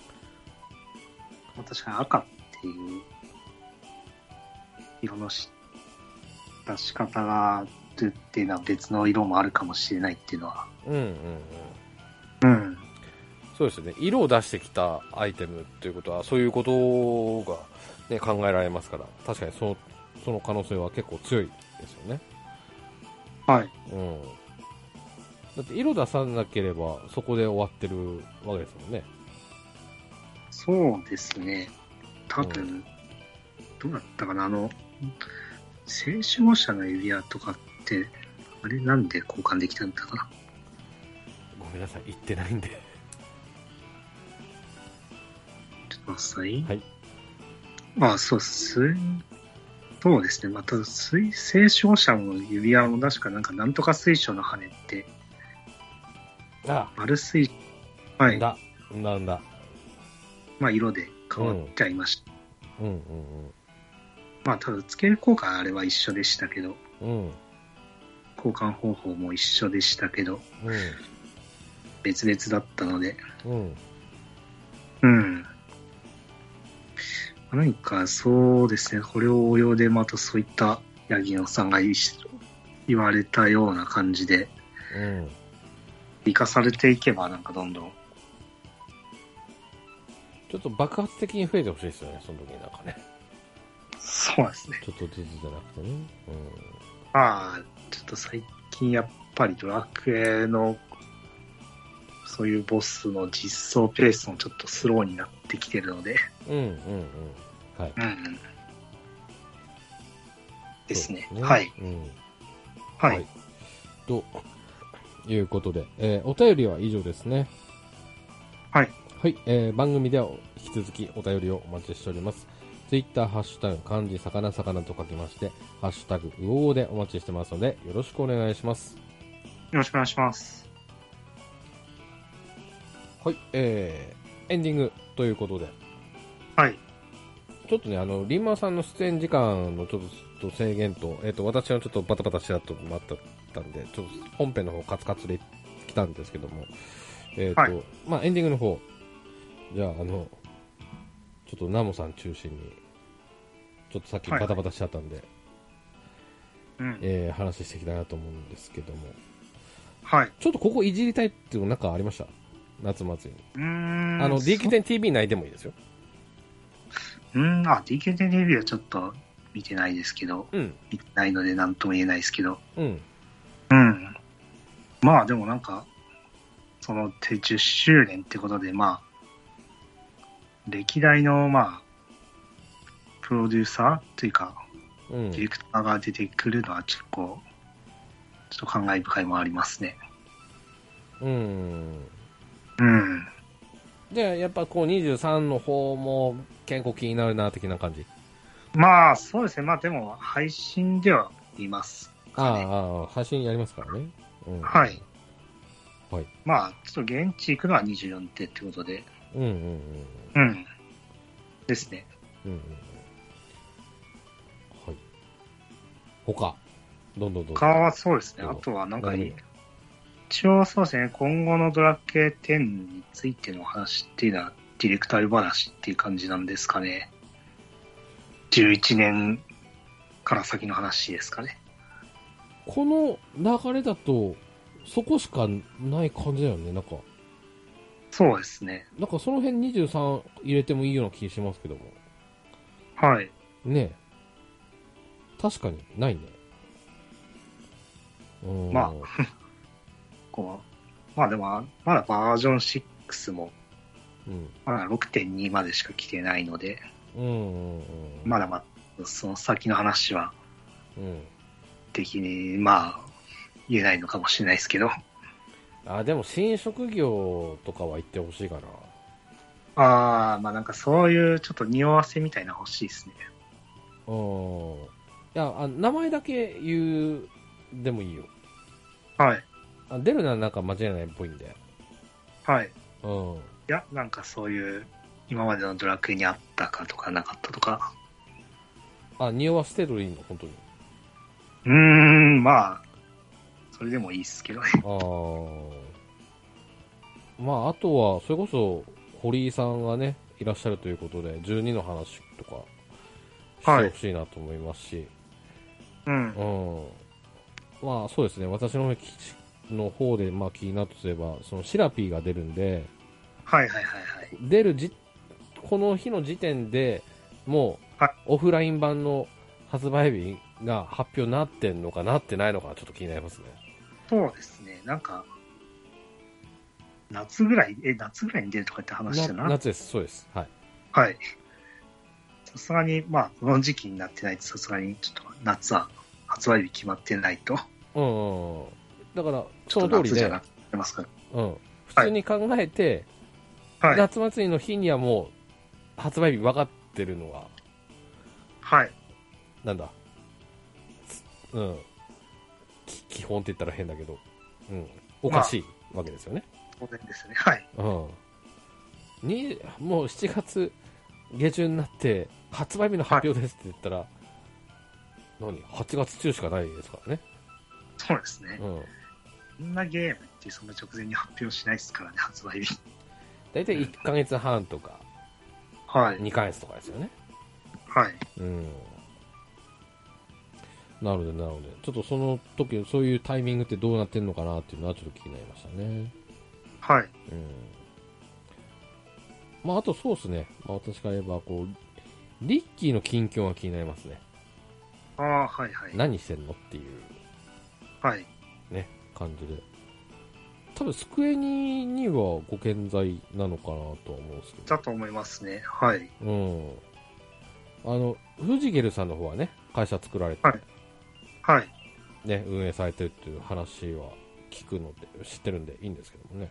[SPEAKER 2] 確かに赤っていう色のし出し方があるっていうのは別の色もあるかもしれないっていうのは。
[SPEAKER 1] うんうんうん
[SPEAKER 2] うん。
[SPEAKER 1] そうですよね色を出してきたアイテムということはそういうことが、ね、考えられますから確かにそのその可能性は結構強いですよね、
[SPEAKER 2] はい。
[SPEAKER 1] うん、だって色出さなければそこで終わってるわけですもんね
[SPEAKER 2] そうですね。多分、
[SPEAKER 1] う
[SPEAKER 2] どうだったかな、あの、青守護者の指輪とかって、あれなんで交換できたんだかな。
[SPEAKER 1] ごめんなさい言ってないんで
[SPEAKER 2] ちょっと待ってくださ
[SPEAKER 1] はい。
[SPEAKER 2] ああ、そうです。水そうですね。また、水星照者の指輪も確かなんか、なんとか水晶の羽って、
[SPEAKER 1] あ
[SPEAKER 2] 丸水、は
[SPEAKER 1] なん
[SPEAKER 2] い。
[SPEAKER 1] だなんだ
[SPEAKER 2] まあ、色で変わっちゃいました。
[SPEAKER 1] うんうん
[SPEAKER 2] まあ、ただ、付ける効果あれは一緒でしたけど、
[SPEAKER 1] うんうん
[SPEAKER 2] 交換方法も一緒でしたけど、別々だったので、
[SPEAKER 1] うんうん
[SPEAKER 2] うん。何かそうですね、これを応用でまたそういったヤギ野さんがいし言われたような感じで、
[SPEAKER 1] うん
[SPEAKER 2] 生かされていけばなんかどんどん。
[SPEAKER 1] ちょっと爆発的に増えてほしいですよねその時になんかね
[SPEAKER 2] そうですね。
[SPEAKER 1] ちょっとずつじゃなくてね。
[SPEAKER 2] まあ、ちょっと最近やっぱりドラクエのそういうボスの実装ペースもちょっとスローになってきてるので、
[SPEAKER 1] うん。うんうんうん。はい。
[SPEAKER 2] うん。ですね。
[SPEAKER 1] そう
[SPEAKER 2] はい。。
[SPEAKER 1] うん。
[SPEAKER 2] はい。
[SPEAKER 1] はいということで、えーお便りは以上ですね。
[SPEAKER 2] はい。
[SPEAKER 1] はい、えー番組では引き続きお便りをお待ちしております。ツイッター、ハッシュタグ、漢字、魚、魚と書きまして、ハッシュタグ、うおうでお待ちしてますので、よろしくお願いします。
[SPEAKER 2] よろしくお願いします。
[SPEAKER 1] はい、えー、エンディングということで、
[SPEAKER 2] はい。
[SPEAKER 1] ちょっとね、あの、リンマーさんの出演時間のちょっと制限と、えっ、と、私はちょっとバタバタしらっと待ったんで、ちょっと本編の方カツカツで来たんですけども、えっ、と、
[SPEAKER 2] はい
[SPEAKER 1] まあエンディングの方、じゃあ、あの、ちょっとナモさん中心に、ちょっとさっき
[SPEAKER 2] は
[SPEAKER 1] バ
[SPEAKER 2] い
[SPEAKER 1] タバタしちゃったんで、
[SPEAKER 2] うん。
[SPEAKER 1] えー話していきたいなと思うんですけども、
[SPEAKER 2] はい。
[SPEAKER 1] ちょっとここいじりたいっていうのなんかありました夏祭りに。
[SPEAKER 2] うーん。
[SPEAKER 1] あの、
[SPEAKER 2] そう
[SPEAKER 1] DQ10 TV 内でもいいですよ。
[SPEAKER 2] うーん、あ、DKTV はちょっと見てないですけど、
[SPEAKER 1] うん。
[SPEAKER 2] 見てないので何とも言えないですけど、
[SPEAKER 1] うん。
[SPEAKER 2] うん。まあでもなんか、そのて10周年ってことで、まあ、歴代の、まあ、プロデューサーというか、
[SPEAKER 1] う
[SPEAKER 2] ディ
[SPEAKER 1] ん。
[SPEAKER 2] レクターが出てくるのは結構、ちょっと感慨深いもありますね。
[SPEAKER 1] うん。
[SPEAKER 2] うん。
[SPEAKER 1] じゃあ、やっぱこう23の方も結構気になるな、的な感じ。
[SPEAKER 2] まあ、そうですね。まあでも、配信では見ます。
[SPEAKER 1] ああああ、配信やりますからね。うん。
[SPEAKER 2] はい。
[SPEAKER 1] はい。
[SPEAKER 2] まあ、ちょっと現地行くのは24手ってことで、
[SPEAKER 1] うんうんうん。
[SPEAKER 2] うん。ですね。
[SPEAKER 1] うんうんうんはい。他、どんどんどんど
[SPEAKER 2] 他
[SPEAKER 1] ん。
[SPEAKER 2] はそうですね。
[SPEAKER 1] うん
[SPEAKER 2] あとはなんか
[SPEAKER 1] 何、
[SPEAKER 2] 一応そうですね、今後のドラケー10についての話っていうのは、ディレクター話っていう感じなんですかね。11年から先の話ですかね。
[SPEAKER 1] この流れだと、そこしかない感じだよね、なんか。
[SPEAKER 2] そうですね。
[SPEAKER 1] なんかその辺23入れてもいいような気しますけども。
[SPEAKER 2] はい。
[SPEAKER 1] ねえ。確かに、ないね。うーん
[SPEAKER 2] まこう、まあでも、まだバージョン6も、
[SPEAKER 1] うん。
[SPEAKER 2] まだ6.2までしか来てないので、
[SPEAKER 1] うんうんうん。
[SPEAKER 2] まだまだ、その先の話は、
[SPEAKER 1] うん。
[SPEAKER 2] 的に、まあ、言えないのかもしれないですけど。
[SPEAKER 1] あ、でも新職業とかは言ってほしいかな。
[SPEAKER 2] ああ、まあなんかそういうちょっと匂わせみたいなの欲しいですね。
[SPEAKER 1] うん。いや、あ名前だけ言う、でもいいよ。
[SPEAKER 2] はい。
[SPEAKER 1] あ出るのはなんか間違いないっぽいんで。
[SPEAKER 2] はい。
[SPEAKER 1] うん。
[SPEAKER 2] いや、なんかそういう、今までのドラクエにあったかとかなかったとか。
[SPEAKER 1] あ、匂わせてるいいの、本当に。
[SPEAKER 2] うーん、まあ、それでもいいっすけどね。
[SPEAKER 1] あーまあ、あとは、それこそ、堀井さんがね、いらっしゃるということで、12の話とか、してほしいなと思いますし、
[SPEAKER 2] うん。
[SPEAKER 1] うん。まあ、そうですね、私の方の方で、まあ、気になるとすれば、その、シラピーが出るんで、
[SPEAKER 2] はいはいはいはい。
[SPEAKER 1] 出るじ、この日の時点でもう
[SPEAKER 2] はい、
[SPEAKER 1] オフライン版の発売日が発表になってんのかなってないのかな、ちょっと気になりますね。
[SPEAKER 2] そうですね。なんか、夏ぐらい、え、夏ぐらいに出るとかって話だ
[SPEAKER 1] な
[SPEAKER 2] な。
[SPEAKER 1] 夏です、そうです。はい。
[SPEAKER 2] はい。さすがに、まあ、この時期になってないとさすがに、ちょっと夏は発売日決まってないと。
[SPEAKER 1] うんうんうん。だから、
[SPEAKER 2] ちょ
[SPEAKER 1] そ
[SPEAKER 2] っと
[SPEAKER 1] の通
[SPEAKER 2] 夏
[SPEAKER 1] り
[SPEAKER 2] じゃ
[SPEAKER 1] で
[SPEAKER 2] な、くてますか
[SPEAKER 1] うん。普通に考えて、
[SPEAKER 2] ら。はい。
[SPEAKER 1] 夏祭りの日にはもう、発売日分かってるのは、
[SPEAKER 2] はい。
[SPEAKER 1] なんだ、つうん。き基本って言ったら変だけど、うん。おかしいわけですよね。
[SPEAKER 2] 当然ですね。はい。
[SPEAKER 1] うん。に、もう7月下旬になって、発売日の発表ですって言ったら、何 ?8 月中しかないですからね。
[SPEAKER 2] そうですね。
[SPEAKER 1] うん。
[SPEAKER 2] こんなゲームってそんな直前に発表しないですからね、発売日。
[SPEAKER 1] 大体1ヶ月半とか、
[SPEAKER 2] はい。
[SPEAKER 1] 2ヶ月とかですよね。
[SPEAKER 2] はい。
[SPEAKER 1] うん。なので、なので、ちょっとその時、そういうタイミングってどうなってんのかなっていうのはちょっと気になりましたね。
[SPEAKER 2] はい。
[SPEAKER 1] うん。まあ、あとそうですね。まあ、私から言えば、こう、リッキーの近況が気になりますね。
[SPEAKER 2] ああ、はいはい。
[SPEAKER 1] 何してんのっていう
[SPEAKER 2] はい。
[SPEAKER 1] 感じで。多分、スクエニにはご健在なのかなとは思うんですけど
[SPEAKER 2] だ。と思いますね。はい。
[SPEAKER 1] うん。あの、フジゲルさんの方はね、会社作られて、
[SPEAKER 2] はいはい。
[SPEAKER 1] ね、運営されてるっていう話は聞くので、知ってるんでいいんですけどもね。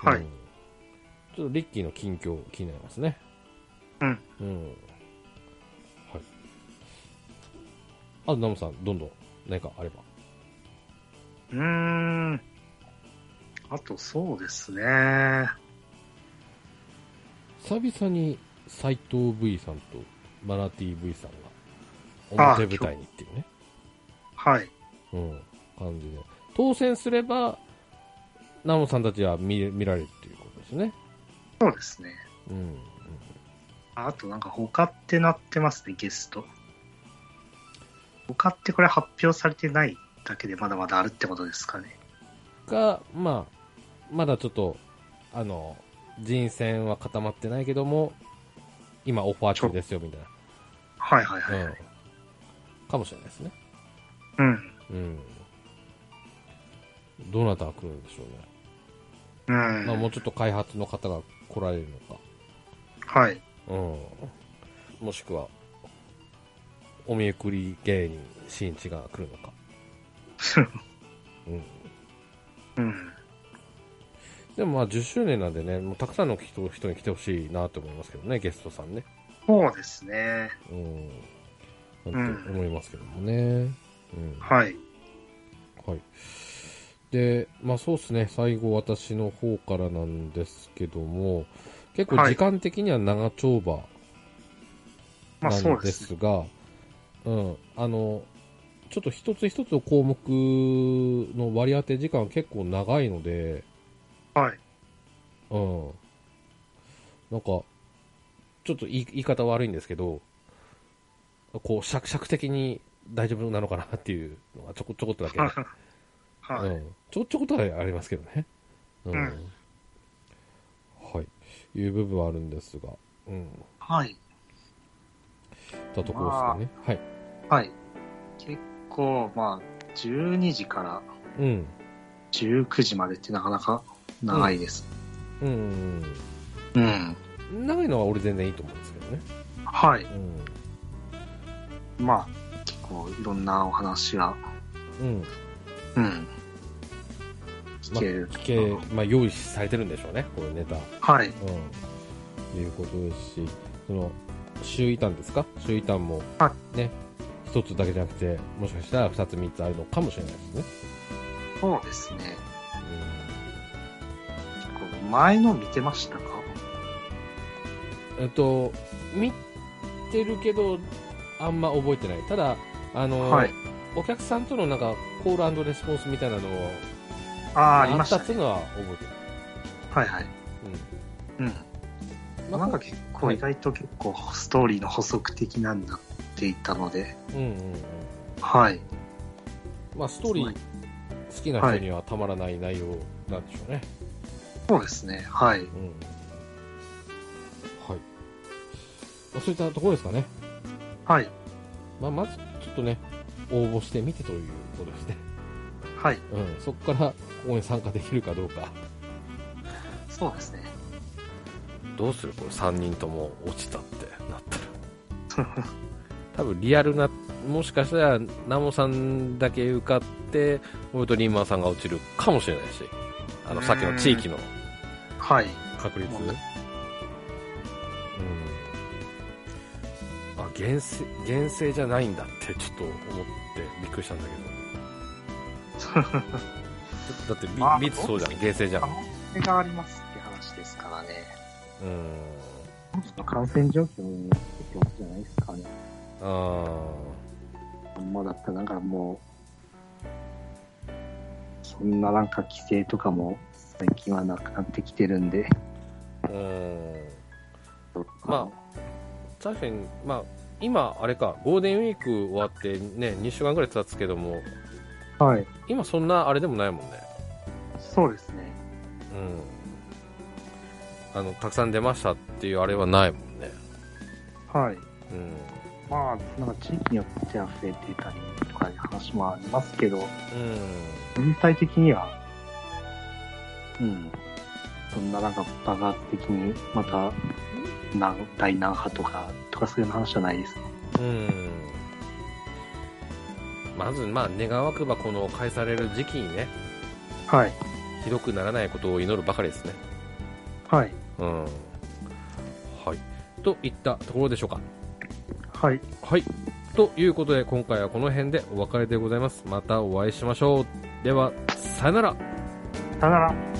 [SPEAKER 2] はい
[SPEAKER 1] うんちょっとリッキーの近況気になりますね。
[SPEAKER 2] うん。
[SPEAKER 1] うん。はい。あと、ナムさん、どんどん何かあれば。
[SPEAKER 2] うーん。あと、そうですね。あ
[SPEAKER 1] 久々に斎藤 V さんとマナティ V さんが
[SPEAKER 2] ああ
[SPEAKER 1] 表舞台にっていうね、
[SPEAKER 2] はい。
[SPEAKER 1] うん、感じで。当選すれば、ナムさんたちは見れ見られるっていうことですね。
[SPEAKER 2] そうですね。
[SPEAKER 1] うん。うん
[SPEAKER 2] あと、なんか他ってなってますね、ゲスト。他ってこれ発表されてないだけでまだまだあるってことですかね。
[SPEAKER 1] が、まあ、まだちょっとあの、人選は固まってないけども、今オファー中ですよ、みたい
[SPEAKER 2] はいはいはい。
[SPEAKER 1] な。うん。かもしれないですね。
[SPEAKER 2] うん。
[SPEAKER 1] うん。どなたが来るんでしょうね。
[SPEAKER 2] うん。
[SPEAKER 1] まあ、もうちょっと開発の方が来られるのか。
[SPEAKER 2] はい。
[SPEAKER 1] うん。もしくは、お見送り芸人、新一が来るのか。うん。
[SPEAKER 2] うん。
[SPEAKER 1] でもまあ10周年なんでね、もうたくさんの人人に来てほしいなと思いますけどね、ゲストさんね。
[SPEAKER 2] そうですね。
[SPEAKER 1] うん。なんて思いますけどもね。うん。
[SPEAKER 2] はい。
[SPEAKER 1] はい。で、まあそうですね、最後私の方からなんですけども、結構時間的には長丁場
[SPEAKER 2] まあ
[SPEAKER 1] な
[SPEAKER 2] そ
[SPEAKER 1] ん
[SPEAKER 2] うで。
[SPEAKER 1] ですすが、うん、あの、ちょっと一つ一つの項目の割り当て時間は結構長いので、
[SPEAKER 2] はい。
[SPEAKER 1] うん。なんか、ちょっと言い言い方悪いんですけど、こう、尺尺的に大丈夫なのかなっていうのがちょこちょこっとだけ、
[SPEAKER 2] はい。
[SPEAKER 1] うん、ちょこちょこっとだけありますけどね。うん。
[SPEAKER 2] うん
[SPEAKER 1] はい。いう部分はあるんですが、うん。
[SPEAKER 2] はい。
[SPEAKER 1] たところですかね。
[SPEAKER 2] はい。結構、まあ、12時から
[SPEAKER 1] はい。うん。
[SPEAKER 2] 19時までってなかなか長いです。
[SPEAKER 1] うん。
[SPEAKER 2] うん。
[SPEAKER 1] 長いのは俺全然いいと思うんですけどね。
[SPEAKER 2] はい。
[SPEAKER 1] うん。
[SPEAKER 2] まあ、結構いろんなお話が、
[SPEAKER 1] うん。
[SPEAKER 2] うん。
[SPEAKER 1] ま
[SPEAKER 2] 聞
[SPEAKER 1] あ、
[SPEAKER 2] ける。
[SPEAKER 1] 聞け、まあ、用意されてるんでしょうね、これネタ。
[SPEAKER 2] はい。
[SPEAKER 1] うん、いうことですし、その、周囲端ですか周囲端も
[SPEAKER 2] は、
[SPEAKER 1] ね、一つだけじゃなくて、もしかしたら二つ三つあるのかもしれないですね。
[SPEAKER 2] そうですね。こう前の見てましたか
[SPEAKER 1] うん。えっと、見てるけど、あんま覚えてない。ただ、あの、
[SPEAKER 2] はい
[SPEAKER 1] お客さんとのなんか、コールレスポンスみたいなのを、
[SPEAKER 2] ああ、あり
[SPEAKER 1] あ
[SPEAKER 2] ま
[SPEAKER 1] っ
[SPEAKER 2] したた、
[SPEAKER 1] ってい
[SPEAKER 2] ね
[SPEAKER 1] う。のは覚えてる。
[SPEAKER 2] はいはい。うん。
[SPEAKER 1] うん。
[SPEAKER 2] なんか結構、意外と結構、ストーリーの補足的なんなっていたので、
[SPEAKER 1] うんうんうん。
[SPEAKER 2] はい。
[SPEAKER 1] まあ、ストーリー好きな人にはたまらない内容なんでしょうね。
[SPEAKER 2] そうですね。はい。
[SPEAKER 1] うんはい。まあ、そういったところですかね。
[SPEAKER 2] はい。
[SPEAKER 1] まあ、まず、ちょっとね、応募してみてということですね。
[SPEAKER 2] は
[SPEAKER 1] う
[SPEAKER 2] い。
[SPEAKER 1] ん。そこから、ここに参加できるかどうか。
[SPEAKER 2] そうですね。
[SPEAKER 1] どうするこれ3人とも落ちたってなったら。 多分リアルな、もしかしたら、ナモさんだけ受かって、俺とリンマンさんが落ちるかもしれないし、あの、さっきの地域の
[SPEAKER 2] はい。
[SPEAKER 1] 確率
[SPEAKER 2] も
[SPEAKER 1] う
[SPEAKER 2] うんね
[SPEAKER 1] あ原生原生じゃないんだってちょっと思ってびっくりしたんだけ どだってビ
[SPEAKER 2] まあ
[SPEAKER 1] ビーツそうじゃん原生じゃん
[SPEAKER 2] 可能性がありますって話ですからね。
[SPEAKER 1] うん
[SPEAKER 2] 感染状況によってってことじゃないですかね。
[SPEAKER 1] あー
[SPEAKER 2] あんまだったらなんかもう、そんななんか規制とかも最近はなくなってきてるんで。
[SPEAKER 1] うんま
[SPEAKER 2] ま
[SPEAKER 1] 確かにまあ今あれかゴールデンウィーク終わってね2週間ぐらい経つけども
[SPEAKER 2] あ、はい。
[SPEAKER 1] 今そんなあれでもないもんね
[SPEAKER 2] そうですね。
[SPEAKER 1] うんあのたくさん出ましたっていうあれはないもんね
[SPEAKER 2] はい。
[SPEAKER 1] うん
[SPEAKER 2] まあ、なんか地域によっては増えてたりとかいう話もありますけど、
[SPEAKER 1] うん
[SPEAKER 2] 全体的には、うん。そんななんか爆発的にまた、な大難波とか、とかそういう話じゃないです。
[SPEAKER 1] うんまず、まあ、願わくばこの返される時期にね、
[SPEAKER 2] はい。
[SPEAKER 1] ひどくならないことを祈るばかりですね。
[SPEAKER 2] はい。
[SPEAKER 1] うん。はい。といったところでしょうか。
[SPEAKER 2] はい。
[SPEAKER 1] はい。ということで、今回はこの辺でお別れでございます。またお会いしましょう。では、さよなら
[SPEAKER 2] さよなら。